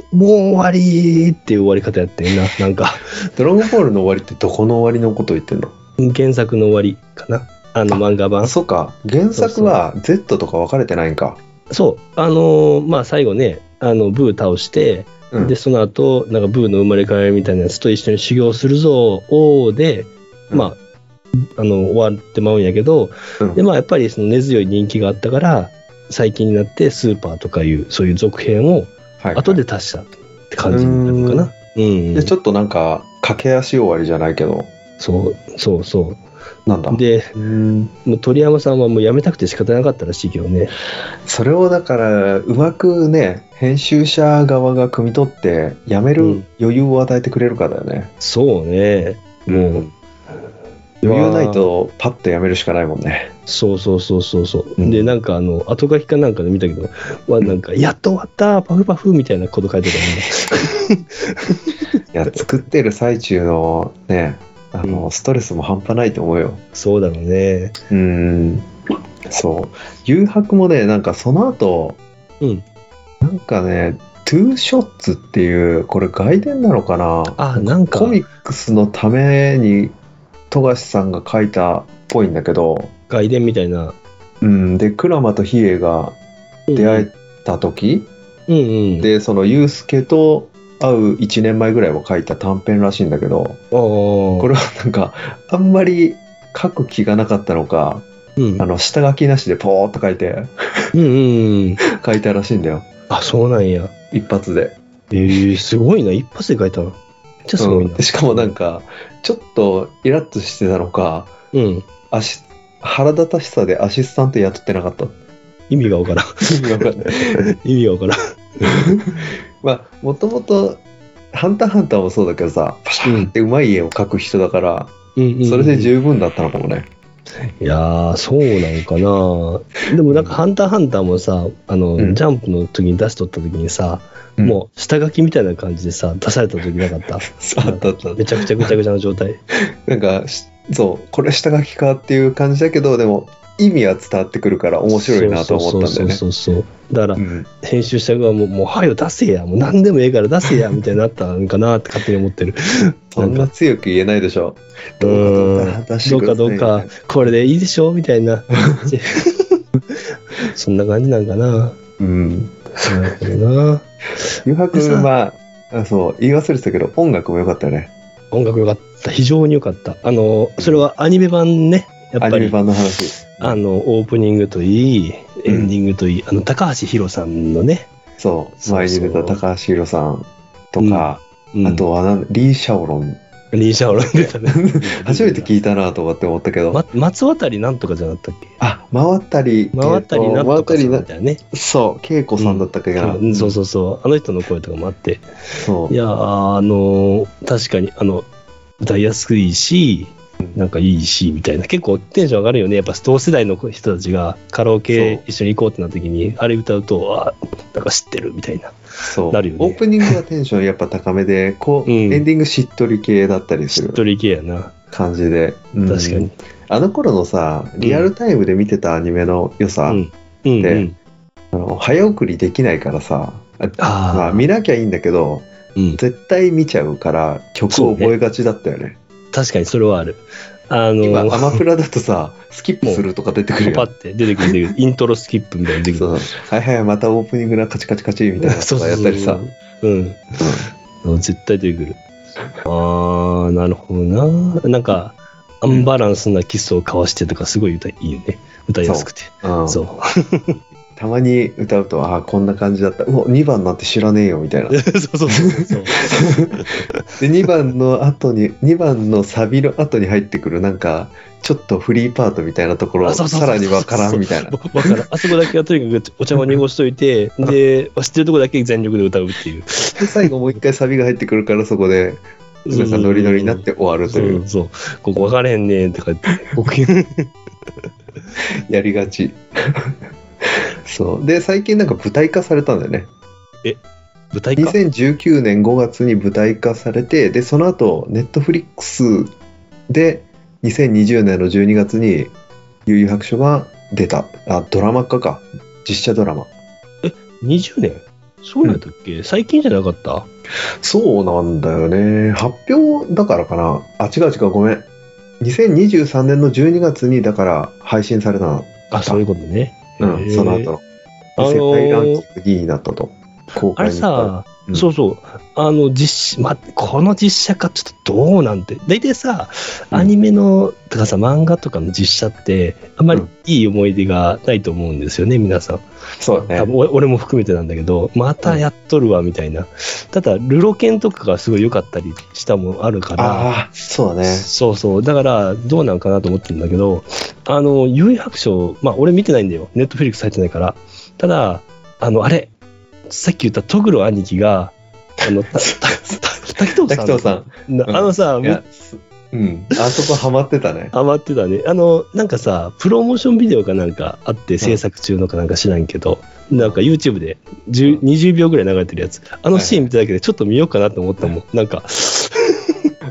S1: ー、もう終わりーっていう終わり方やってん
S2: [LAUGHS]
S1: な。なんか、
S2: 「ドラゴンボールの終わり」ってどこの終わりのこと言ってんの
S1: 原作の終わりかな。あの漫画版。
S2: あ
S1: そ
S2: そうか原作は Z とか分かれてないんか
S1: う。あのーまあ最後ね、あの、ブー倒して、
S2: うん
S1: で、その後、なんかブーの生まれ変わりみたいなやつと一緒に修行するぞ、おーで、
S2: うん
S1: まあ、あの、終わってまうんやけど、
S2: うん
S1: で、まあやっぱりその根強い人気があったから、最近になってスーパーとかいう、そういう続編を
S2: はい
S1: 後で足したって感じになるのかな。うん。
S2: でちょっとなんか駆け足終わりじゃないけど
S1: そう、そうそ
S2: なんだ
S1: う。で、
S2: うーん
S1: もう鳥山さんはもう辞めたくて仕方なかったらしいけどね。
S2: それをだからうまくね編集者側が汲み取ってやめ
S1: う
S2: る
S1: ん
S2: 余裕を与えてくれるかだよね、
S1: そうね。もう、
S2: 余裕ないとパッとやめるしかないもんね
S1: そうそうそうそうそう、
S2: うん
S1: でなんかあの後書きかなんかで見たけど、まあ、なんか「やっと終わったパフパフ」みたいなこと書いてたもんね
S2: いや [LAUGHS] 作ってる最中のねあの、
S1: う
S2: ストレスも半端ないと思うよ
S1: [LAUGHS] そうだろうね
S2: うーんそう誘白もねなんかその後
S1: うん
S2: なんかね、トゥーショッツっていう、これ外伝なのかな
S1: あなんか
S2: コミックスのために、富樫さんが書いたっぽいんだけど、
S1: 外伝みたいな
S2: うん、で、鞍馬と比叡が出会えた時、
S1: うんうん
S2: で、そのユースケと会う1年前ぐらいは書いた短編らしいんだけど、こ
S1: こ
S2: れはなんか、あんまり書く気がなかったのか、
S1: うん、
S2: あの、下書きなしでポーっと書いて、 [LAUGHS]
S1: うんうんうん
S2: 書いたらしいんだよ。
S1: あそうなんや
S2: 一発で。
S1: えー、すごいな一発で書いたのめっちゃすごいな、
S2: うんしかもなんか、ちょっとイラッとしてたのか、
S1: うん
S2: アシ腹立たしさでアシスタント雇ってなかった。
S1: 意味がわからん
S2: 意味わかんない
S1: 意味がわからん
S2: [LAUGHS] まあ、もともと、ハンターハンターもそうだけどさ、パシャンってうまい絵を描く人だから、
S1: うんうん
S2: それで十分だったのかもね。
S1: いやー、そうなんかなでもなんか、ハンターハンターもさ、あの、
S2: うん
S1: ジャンプの時に出しとった時にさ、
S2: [LAUGHS] うん
S1: もう、下書きみたいな感じでさ、出された時なかった。
S2: あったあった。
S1: めちゃくちゃぐちゃぐちゃの状態。
S2: なんかし、そう、これ下書きかっていう感じだけど、でも意味は伝わってくるから面白いなと思ったんだよね。
S1: そうそうそうそうそう。だから
S2: う、ん
S1: 編集者側も、もう、はよ出せや、もう何でもええから出せや、みたいになったんかなって勝手に思ってる。
S2: そんな強く言えないでしょ。どう [LAUGHS] かどうか出して
S1: どう
S2: くだ
S1: か
S2: さ
S1: ど
S2: いね
S1: うか、これでいいでしょみたい
S2: [LAUGHS]
S1: な。そんな感じなんかな。
S2: うん。
S1: なるほどな。
S2: 余白
S1: でさ
S2: まあ、あそう、言い忘れてたけど、音楽も良かったよね。
S1: 音楽良かった。非常に良かった。あの、それはアニメ版ね。や
S2: ア
S1: っぱ
S2: ニメ
S1: り、
S2: 版の話。
S1: あの、オープニングといい、エンディングといい、あの、高橋宏さんのね。そ
S2: そ
S1: う
S2: う、
S1: そう
S2: 前に出た高橋宏さんとか、
S1: うん
S2: あと、はなんリー・シャオロン。。
S1: リーシャオロン出たね
S2: [LAUGHS] 初めて聞いたなとかって思ったけど、
S1: ま、松渡りなんとかじゃなかったっけ
S2: あ、回ったり、
S1: 回ったり
S2: え
S1: な
S2: ー
S1: ん
S2: と
S1: とか
S2: 回
S1: さん
S2: っ
S1: み
S2: たり
S1: たいなね。
S2: な、そう、恵子さんだったっけな。
S1: うんそうそうそう。あの人の声とかもあって。
S2: そう
S1: いやーあのー確かにあの歌いやすいしなんかいいしみたいな結構テンション上がるよねやっぱ同世代の人たちがカラオ
S2: そ
S1: ケ
S2: う
S1: 一緒に行こうってなった時にあれ歌うとあなんか知ってるみたいな
S2: そう
S1: なるよね
S2: オープニングはテンションやっぱ高めで、こう、
S1: うん
S2: エンディングしっとり系だったりす
S1: しっ
S2: る
S1: とり系やな
S2: 感じで。うん
S1: 確かに。
S2: あの頃のさ、リアルタイムで見てたアニメの良さ、
S1: うんうんう
S2: で
S1: ん
S2: あの早送りできないからさ、あ
S1: あー
S2: まあ、見なきゃいいんだけど、
S1: うん
S2: 絶対見ちゃうから曲を覚えがちだったよね。
S1: 確かにそれはあるあの
S2: 今、ア
S1: ー
S2: マプラだとさ、スキップするとか出てくる
S1: パ
S2: よ。
S1: って出てくる出てくるイントロスキップみたいなの出てく
S2: そう
S1: る
S2: はいはい、またオープニングなカチカチカチみたいなの
S1: そうそ
S2: とか
S1: う
S2: や
S1: そう
S2: ったりさ。
S1: うんうん絶対出てくる。ああ、なるほどな。なんか、アンバランスなキスを交わしてとか、すごい歌いいよね。歌いやすくて。
S2: うんうん
S1: そう。
S2: たまに歌うと、ああ、こんな感じだった。うわ、2番なんて知らねえよ、みたいな。
S1: そうそうそうそう。
S2: で2番の後に2番のサビの後に入ってくるなんかちょっとフリーパートみたいなところ
S1: あそうそうそ
S2: さ
S1: う
S2: らにわからんみたいな
S1: わわからん。あそこだけはとにかくお茶碗濁しとい
S2: [LAUGHS]
S1: て、で、知ってるとこだけ全力で歌うっていう。
S2: で最後もう一回サビが入ってくるからそこでなんかノリノリになって終わると
S1: そ
S2: いう
S1: うそう。ここ分からへんねんとか
S2: [LAUGHS]
S1: 言って。僕
S2: やりがち [LAUGHS] そうで最近なんか舞台化されたんだよね
S1: 舞台か。
S2: 2019年5月に舞台化されてでその後ネットフリックスで2020年の12月に悠々白書が出たあドラマ化か実写ドラマ
S1: 20年そうなんだっけ、最近じゃなかった
S2: そうなんだよね。発表だからかな。あ、違う違う、ごめん。2023年の12月に、だから、配信されたの。
S1: あ、そういうことね。
S2: う
S1: へ
S2: ん、
S1: ー
S2: その後の。
S1: あのー
S2: 世界ランキング2位になったと。公
S1: あ
S2: 開
S1: れ
S2: になった
S1: さ、
S2: うん
S1: そうそう、あの実写、ま、この実写化ちょっとどうなんて、大体さ、
S2: うん
S1: アニメの、とかさ、漫画とかの実写って、あんまり
S2: うん
S1: いい思い出がないと思うんですよね、皆さん。
S2: そうだ
S1: 多
S2: ね。
S1: 分お俺も含めてなんだけど、またやっとるわ、みたいな。ただ、ルロケンとかがすごい良かったりしたもんあるから、
S2: ああ、そうだね。
S1: そうそう、だから、どうなんかなと思ってるんだけど、あの、幽遊白書、まあ、俺見てないんだよ。ネットフリックス入ってないから。ただ、あの、あれ、さっき言ったトグロ兄貴が、あの、た、た、た、滝藤
S2: 滝
S1: さん。
S2: 藤さん。
S1: なあのさ、
S2: い
S1: め
S2: や、すうん。あそこハマってたね。
S1: ハマってたね。あの、なんかさ、プロモーションビデオかなんかあって、制作中のかなんか知らんけど、なんか YouTube で10
S2: うん
S1: 20秒ぐらい流れてるやつ。あのシー
S2: はいはい
S1: ン見ただけでちょっと見ようかなと思ったもん。なんか、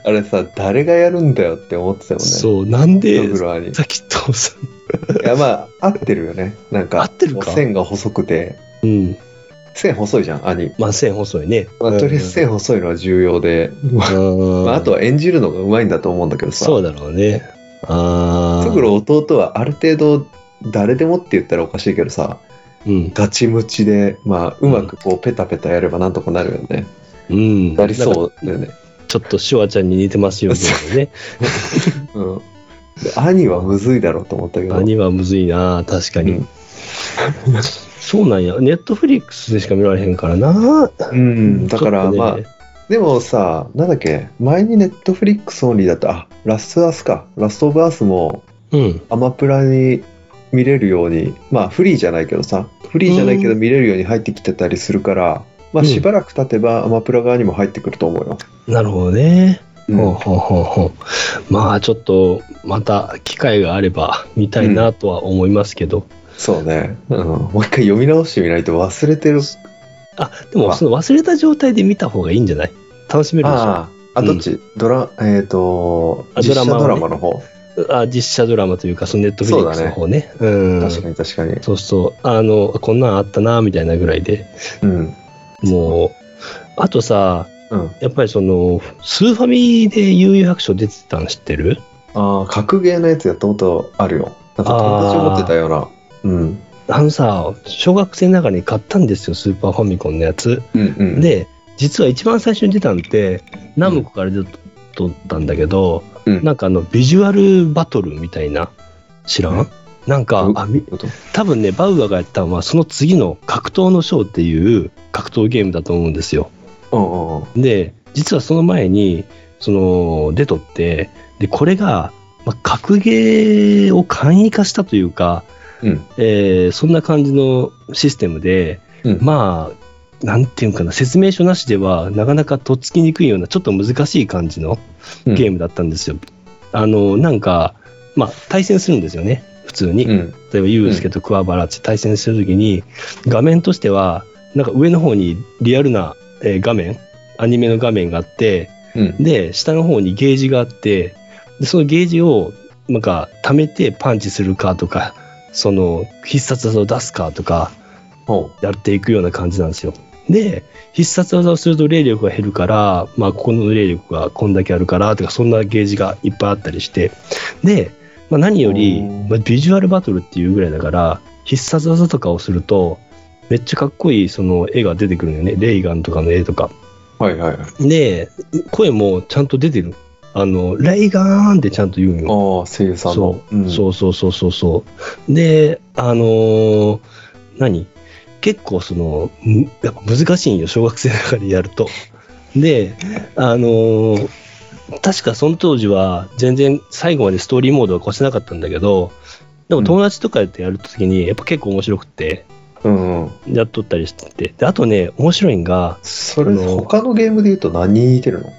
S2: あれさ、誰がやるんだよって思ってたよね。う。
S1: そう、なんで
S2: ド、グロアニ。い
S1: 滝藤さん。
S2: や、まあ、合ってるよね。なんか、
S1: 合ってるか
S2: 線が細くて。
S1: うん。
S2: 線細いじゃん、兄。
S1: まあ、線細いね。
S2: まあ、とりあえず線細いのは重要で。
S1: うん
S2: まあ、あとは演じるのがうまいんだと思うんだけどさ。
S1: そうだろうね。ああ。
S2: トグロ弟はある程度誰でもって言ったらおかしいけどさ
S1: うん。
S2: ガチムチで、まあ、うまくこうペタペタやればなんとかなるよね、
S1: うん。
S2: なり
S1: なんか
S2: そうだよね、
S1: ちょっとシュワちゃんに似てますよ、みたいなね。
S2: うん、で兄はむずいだろうと思ったけど
S1: 兄はむずいな、確かに。
S2: うん
S1: そうなんや。ネットフリックスでしか見られへんからな。
S2: うんだから、
S1: ちょ
S2: ま
S1: っ
S2: あ
S1: とね
S2: でもさなんだっけ前にネットフリックスオンリーだったあラストアスかラストオブアスも
S1: うん。
S2: アマプラに見れるようにまあフリーじゃないけどさフリーじゃないけど見れるように入ってきてたりするから、まあしばらく経てばアマプラ側にも入ってくると思うよ、
S1: なるほどね。
S2: う
S1: ほう
S2: ん
S1: ほうほうほう。まあちょっとまた機会があれば見たいなとは思いますけど。
S2: そうね、うん。もう一回読み直してみないと忘れてる。
S1: あ、でも
S2: まあ
S1: その忘れた状態で見た方がいいんじゃない楽しめるでしょ
S2: ああ、あ、どっち、ドラ、えっ、と、
S1: あ
S2: 実写
S1: ド
S2: ド
S1: ラ
S2: ラ
S1: マ
S2: マの方。
S1: あ実写ドラマというか、そのネットフリックスの方ね。うん。
S2: 確かに確かに。
S1: そうそう。あの、こんなんあったな、みたいなぐらいで。
S2: うん。
S1: もう、あとさ、
S2: うん。
S1: やっぱりその、スーファミで悠々白書出てたの知ってる
S2: ああ、格ゲーのやつやったことあるよ。なんか友達思ってたような。うん。
S1: あのさ、小学生ながらに買ったんですよ、スーパーファミコンのやつ。
S2: うんうん、
S1: で、実は一番最初に出たのって、ナムコから出と撮ったんだけど、
S2: うん
S1: なんかあの、ビジュアルバトルみたいな、知らん、
S2: うん
S1: なんか、
S2: うん
S1: あみ
S2: こと
S1: 多分ね、バウアーがやったのは、その次の格闘のショーっていう格闘ゲームだと思うんですよ。
S2: うんうんうん。
S1: で、実はその前に、その、出とって、で、これが、まあ、格ゲーを簡易化したというか、
S2: うん。
S1: えーそんな感じのシステムで、
S2: うん
S1: まあ、なんていうんかな、説明書なしでは、なかなかとっつきにくいような、ちょっと難しい感じの
S2: うん
S1: ゲームだったんですよ。あの、なんか、まあ、対戦するんですよね、普通に。
S2: うん。
S1: 例えば、ユースケと桑原って対戦するときに、画面としては、なんか上の方にリアルな、えー画面、アニメの画面があって、
S2: うん。
S1: で、下の方にゲージがあって、でそのゲージを、なんか、溜めてパンチするかとか、その、必殺技を出すかとか、
S2: ほ
S1: やっていくような感じなんですよ。で、必殺技をすると霊力が減るから、まあ、ここの霊力がこんだけあるから、とか、そんなゲージがいっぱいあったりして。で、まあ、何より、
S2: うん
S1: まあ、ビジュアルバトルっていうぐらいだから、必殺技とかをすると、めっちゃかっこいいその絵が出てくるんだよね。レイガンとかの絵とか。
S2: う。はいはい。ああ、
S1: で、声もちゃんと出てる。あの、レイガーンってちゃんと言うんよ。
S2: 声優さんの
S1: そ。う、
S2: ん、
S1: そうそうそうそうそう。で、あのー何結構その、むやっぱ難しいんよ、小学生ながらにやると。で、あのー確かその当時は全然最後までストーリーモードは越せなかったんだけど、でも友達とかでやるときにやっぱ結構面白くて、
S2: うんうん。
S1: やっとったりしてて。で、あとね、面白いんが、 [LAUGHS]
S2: それ、
S1: あの
S2: 他のゲームで言うと何に似てるの
S1: わ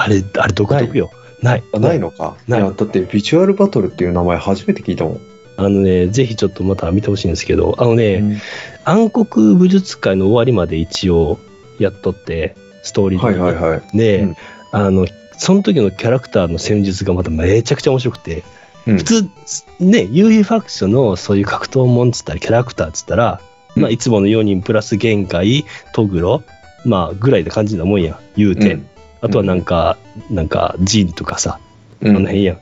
S1: ああれ、あれ独特よ。ない。
S2: あないのか。
S1: ない
S2: やだって、ビジュアルバトルっていう名前初めて聞いたもん。
S1: あのね、ぜひちょっとまた見てほしいんですけど、あのね、
S2: うん
S1: 暗黒武術界の終わりまで一応やっとって、ストーリー
S2: はい
S1: で。
S2: はいはい。
S1: で、
S2: うん
S1: あの、その時のキャラクターの戦術がまためちゃくちゃ面白くて、
S2: うん
S1: 普通、ね、UE ファクションのそういう格闘もんっつったら、キャラクターっつったら、
S2: うん
S1: まあ、いつもの4人プラス限界、トグロ、まあ、ぐらいな感じなもんや、言うて。
S2: うん
S1: あとはなんか、なんか、ジンとかさ、
S2: うん
S1: あの辺やん。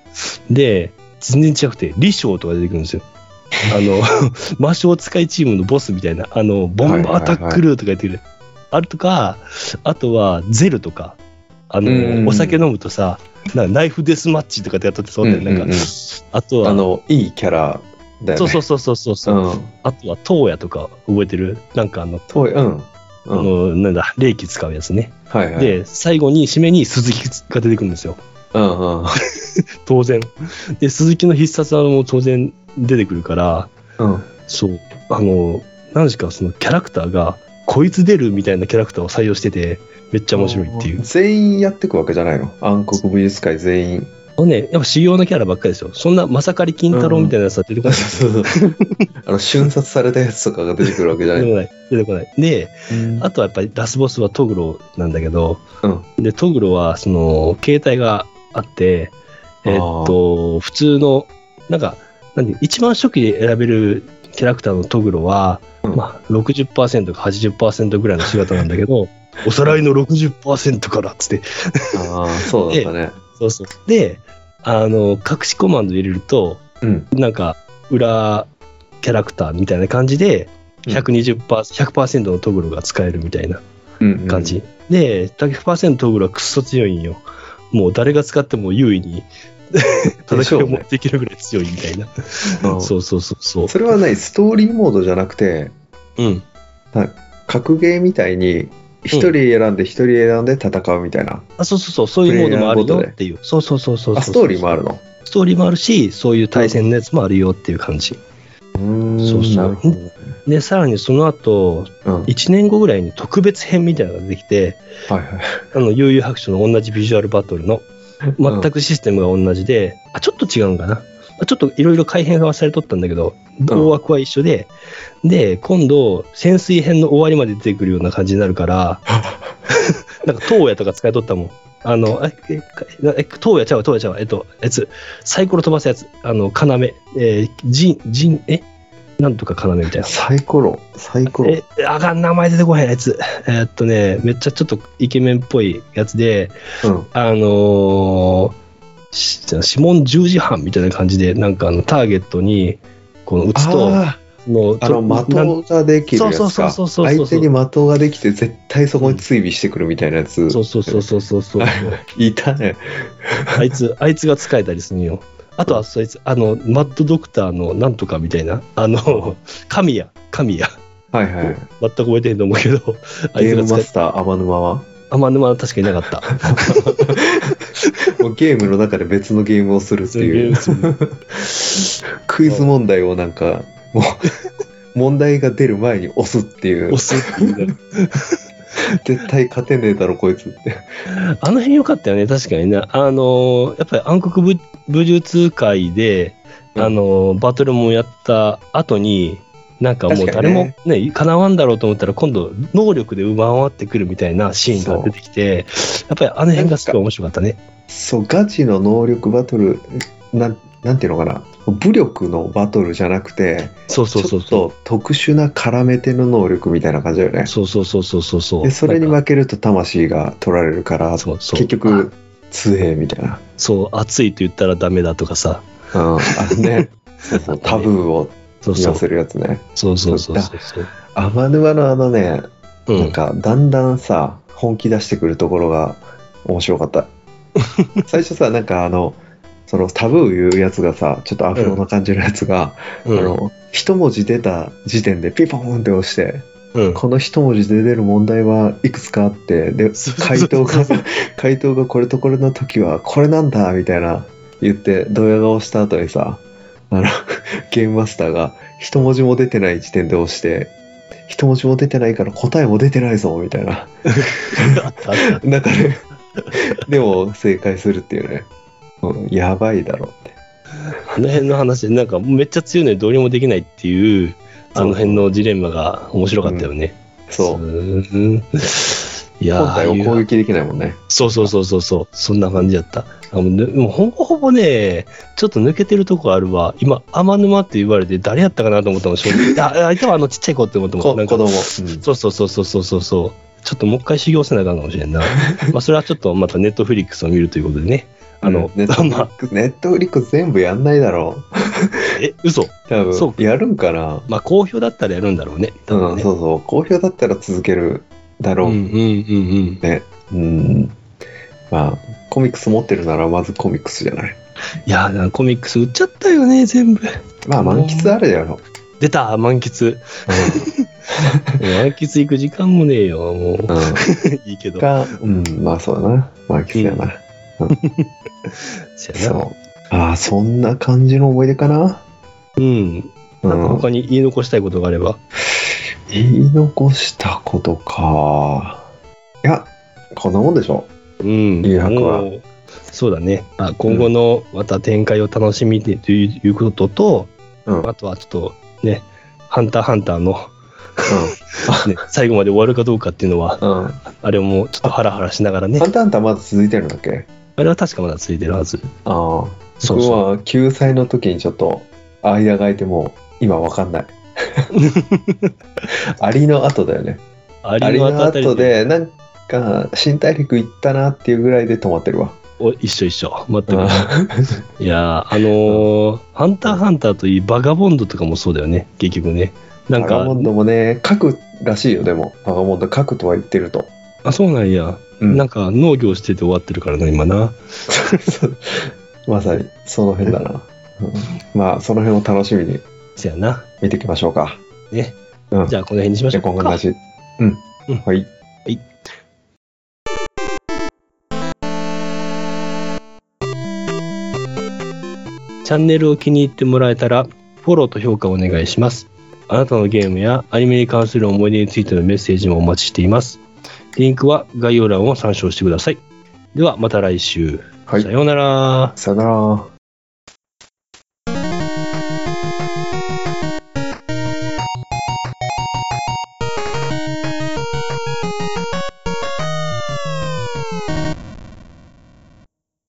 S1: で、全然違くて、李翔とか出てくるん
S2: [LAUGHS]
S1: ですよ。あの、 [LAUGHS] 魔性使いチームのボスみたいな、あの、ボンバーアタックルーとか言ってくる。あるとか、あとは、ゼルとか、あ
S2: うんうんうん
S1: の、お酒飲むとさ、なんかナイフデスマッチとかでやっとってそうだよ、
S2: うん
S1: な
S2: うんん
S1: か
S2: うん、
S1: あとは、
S2: あの、いいキャラだよね。
S1: そうそう
S2: う
S1: そうそうそうそう、
S2: ん。
S1: あとは、トウヤとか覚えてるなんかあの、
S2: 遠い、うん。う
S1: あ
S2: ん。
S1: の、なんだ、霊気使うやつね。
S2: はいはい。、
S1: で、最後に、締めに鈴木が出てくるんですよ。
S2: うんうん。
S1: 当然。で、鈴木の必殺技も当然出てくるから、
S2: うん。
S1: そう、あの、何しかそのキャラクターが、こいつ出るみたいなキャラクターを採用してて、めっちゃ面白いっていう。
S2: 全員やってくわけじゃないの暗黒武術界全員。
S1: あのね、やっぱ主要なキャラばっかりですよ。そんな、まさかり金太郎みたいなやつは出てこない。
S2: [LAUGHS] あの、瞬殺されたやつとかが出てくるわけじゃな
S1: 出て
S2: い。
S1: こない。出てこない。で、
S2: うん
S1: あとはやっぱりラスボスはトグロなんだけど、
S2: うん
S1: で、トグロは、その、携帯があって、えーっと、普通の、なんか、何一番初期で選べるキャラクターのトグロは、
S2: うん
S1: まあ、60%か80%ぐらいの姿なんだけど、 [LAUGHS] おさらいの60%からっつって、
S2: ああ、そうだったね。
S1: そうそう。で、あの、隠しコマンド入れると、
S2: うん。
S1: なんか、裏キャラクターみたいな感じで、
S2: うん
S1: 120%、100%のトグロが使えるみたいな。
S2: うん
S1: 感じ。。で、100%トグロはくっそ強いんよ。もう誰が使っても優位
S2: [LAUGHS]
S1: に
S2: でし
S1: 戦
S2: ょ
S1: いを
S2: う
S1: 持
S2: ね
S1: っていけるぐらい強いみたいな。
S2: うん
S1: そうそうそうそう。
S2: それはない、ストーリーモードじゃなくて、
S1: うん。
S2: 格ゲーみたいに、一人選んで一人選んで戦うみたいな。
S1: あ、そうそうそう、そういうモードもあるよっていう。そうそうそうそうそう。
S2: あ、ストーリーもあるの
S1: ストーリーもあるし、そういう対戦のやつもあるよっていう感じ。
S2: うーん
S1: そうそう
S2: なるほどね
S1: で、さらにその後、
S2: うん。はい
S1: 1年後ぐらいに特別編みたいなのが出てきて、
S2: はい。
S1: あの、悠々白書の同じビジュアルバトルの、全くシステムが同じで、あ、ちょっと違うんかな。あちょっといろいろ改変がされとったんだけど、大枠は一緒で、で、今度、潜水編の終わりまで出てくるような感じになるから、なんか、東野とか使いとったもん。あの、え、え、え東野ちゃうわ、東野ちゃうわ、えっと、やつ、サイコロ飛ばすやつ、あの、要、えー、ジン、ジン、えなんとか要みたいな。
S2: サイコロ、サイコロ。
S1: え、あかん、名前出てこへん、やつ。えーっとね、めっちゃちょっとイケメンっぽいやつで、
S2: うん。
S1: あのーし指紋10時半みたいな感じで、なんかあの、ターゲットに、この打つと、
S2: あ
S1: もう
S2: ー、あの、
S1: なん
S2: 的ができるやつ
S1: そうそう
S2: か。
S1: そうそうそうそう
S2: 相手に的ができて、絶対そこに追尾してくるみたいなやつ。
S1: そうそうそうそうそうそう。
S2: いたね。
S1: あいつ、あいつが使えたりするんよ。あとは、そいつ、あの、マッドドクターのなんとかみたいな、あの、神谷、神谷。
S2: はいはい。
S1: 全く覚えてへんと思うけど、あいつ
S2: ゲー
S1: が
S2: ム
S1: 使
S2: マ
S1: え
S2: ス、ター、天沼は
S1: あまあ、沼は確かにいなかった。
S2: もうゲームの中で別のゲームをするっていう。クイズ問題をなんか、もう、問題が出る前に押すっていう
S1: 押。すっていうね
S2: 絶対勝てねえだろ、こいつって。
S1: あの辺良かったよね、確かにね。あのーやっぱり暗黒武武術会で、
S2: うん
S1: あのーバトルもやった後に、なんかもう
S2: 確か
S1: 誰
S2: に
S1: も
S2: ね
S1: ね、叶わんだろうと思ったら、今度、能力で奪わってくるみたいなシーンが出てきて、やっぱりあの辺がすごい面白かったね。
S2: そう、ガチの能力バトル、なん、なんていうのかな。武力のバトルじゃなくて、
S1: そうそうそう
S2: ちょ
S1: そ
S2: っと特殊な絡め手の能力みたいな感じだよね
S1: う。。そうそうそうそうそうそう。
S2: で、それに
S1: なんか
S2: 負けると魂が取られるから、
S1: そうそう
S2: 結局
S1: あ、
S2: 強えみたいな。
S1: そう、熱いと言ったらダメだとかさ。
S2: うん、あのね。
S1: [LAUGHS]
S2: そうそう、タブーを
S1: そう
S2: 言
S1: そう
S2: わせるやつね。
S1: そうそうそうそうそう。
S2: 天沼のあのね、
S1: う
S2: なん
S1: ん。
S2: かだんだんさ本気出してくるところが面白かった最初さなんかあのそのタブーいうやつがさちょっとアフロな感じのやつが、あの一文字出た時点でピポーンって押して、
S1: うん。
S2: この一文字で出る問題はいくつかあってで
S1: そうそうそ
S2: 回
S1: うそ
S2: 答
S1: う
S2: が [LAUGHS] 回答がこれとこれの時はこれなんだみたいな言ってドヤ顔した後にさあの [LAUGHS] ゲームマスターが一文字も出てない時点で押して一文字も出てないから答えも出てないぞみたいな
S1: あったあった
S2: なんかね [LAUGHS] でも正解するっていうね、うん、やばいだろって
S1: あの辺の話でなんかめっちゃ強いのにどうにもできないっていうあの辺のジレンマが面白かったよね。
S2: そう
S1: うんいやー
S2: 本体を攻撃できないもんね
S1: そうそうそうそうそうそんな感じやった。あもうねもうほぼほぼねちょっと抜けてるとこあるわ今天沼って言われて誰やったかなと思ったの正
S2: [LAUGHS]
S1: 直あ相手はあのちっちゃい子って思っても
S2: こ
S1: な
S2: 子
S1: んか
S2: 供、うん
S1: そうそうそうそうそうそうそうちょっともう一回修行せなあかんかもしれ
S2: [LAUGHS]
S1: んなまあそれはちょっとまたネットフリックスを見るということでねあの、
S2: ネット
S1: [LAUGHS] まあ
S2: ネットフリックス全部やんないだろう
S1: え嘘
S2: 多分
S1: そうか
S2: やるんかな
S1: まあ好評だったらやるんだろうね多
S2: う
S1: 分
S2: ん、
S1: ね
S2: そうそう。好評だったら続けるだろう。
S1: う
S2: うん
S1: う
S2: ん。
S1: んうんうん。
S2: まあ、コミックス持ってるならまずコミックスじゃない。
S1: いやー、コミックス売っちゃったよね、全部。
S2: まあ、満喫あるやろ。
S1: 出た、満喫。 [LAUGHS] 満喫行く時間もねえよ、もう
S2: う。ん。
S1: いいけ
S2: う
S1: ど
S2: ん、。が、うん、まあそうだな。満喫やな。
S1: そやな
S2: そう。ああ、そんな感じの思い出かな。
S1: うん。
S2: う
S1: なんか
S2: ん。
S1: 他に言い残したいことがあれば。
S2: 言い残したことか。いや、こんなもんでしょ。
S1: うん。
S2: いい箱は
S1: もうそうだね。まあ、今後のまた展開を楽しみにということと、
S2: うん
S1: あとはちょっとね、ハンターハンターの、[LAUGHS]
S2: う
S1: ね、最後まで終わるかどうかっていうのは、
S2: ん。うん。ハ
S1: あれもちょっとハラハラしながらね。
S2: ンターハンターまだ続いてるんだっけ
S1: あれは確かまだついてるはず。
S2: ああ。
S1: そ
S2: そうう
S1: そう
S2: は救済の時にちょっと間が空いてもう今わ
S1: [LAUGHS]
S2: かんないアリの後だよね
S1: あ
S2: アリ
S1: の
S2: の
S1: 後あたり
S2: 後でなんか新大陸行ったなっていうぐらいで止まってるわ、
S1: お一緒一緒。全
S2: うん
S1: く。いやー、あのーハンターハンターといい、バガボンドとかもそうだよね、結局ね。なん
S2: バガ
S1: か
S2: モ、ンドもね書くらしいよでもバガモンド書くとは言ってると、
S1: あ、そうなんや。
S2: うん
S1: なんか、農業してて終わってるからな、今な。
S2: [LAUGHS] まさにその辺だな、うんまあその辺を楽しみに
S1: せやな。
S2: 見ていきましょうか
S1: ね。
S2: うん
S1: じゃあ、この辺にしまし
S2: じ
S1: ょ
S2: ゃあ今
S1: う
S2: 後
S1: か
S2: な。しうん、
S1: うん
S2: はい
S1: チャンネルを気に入ってもらえたら、フォローと評価をお願いします。あなたのゲームやアニメに関する思い出についてのメッセージもお待ちしています。リンクは概要欄を参照してください。ではまた来週。
S2: はい
S1: さようなら。
S2: さよなら。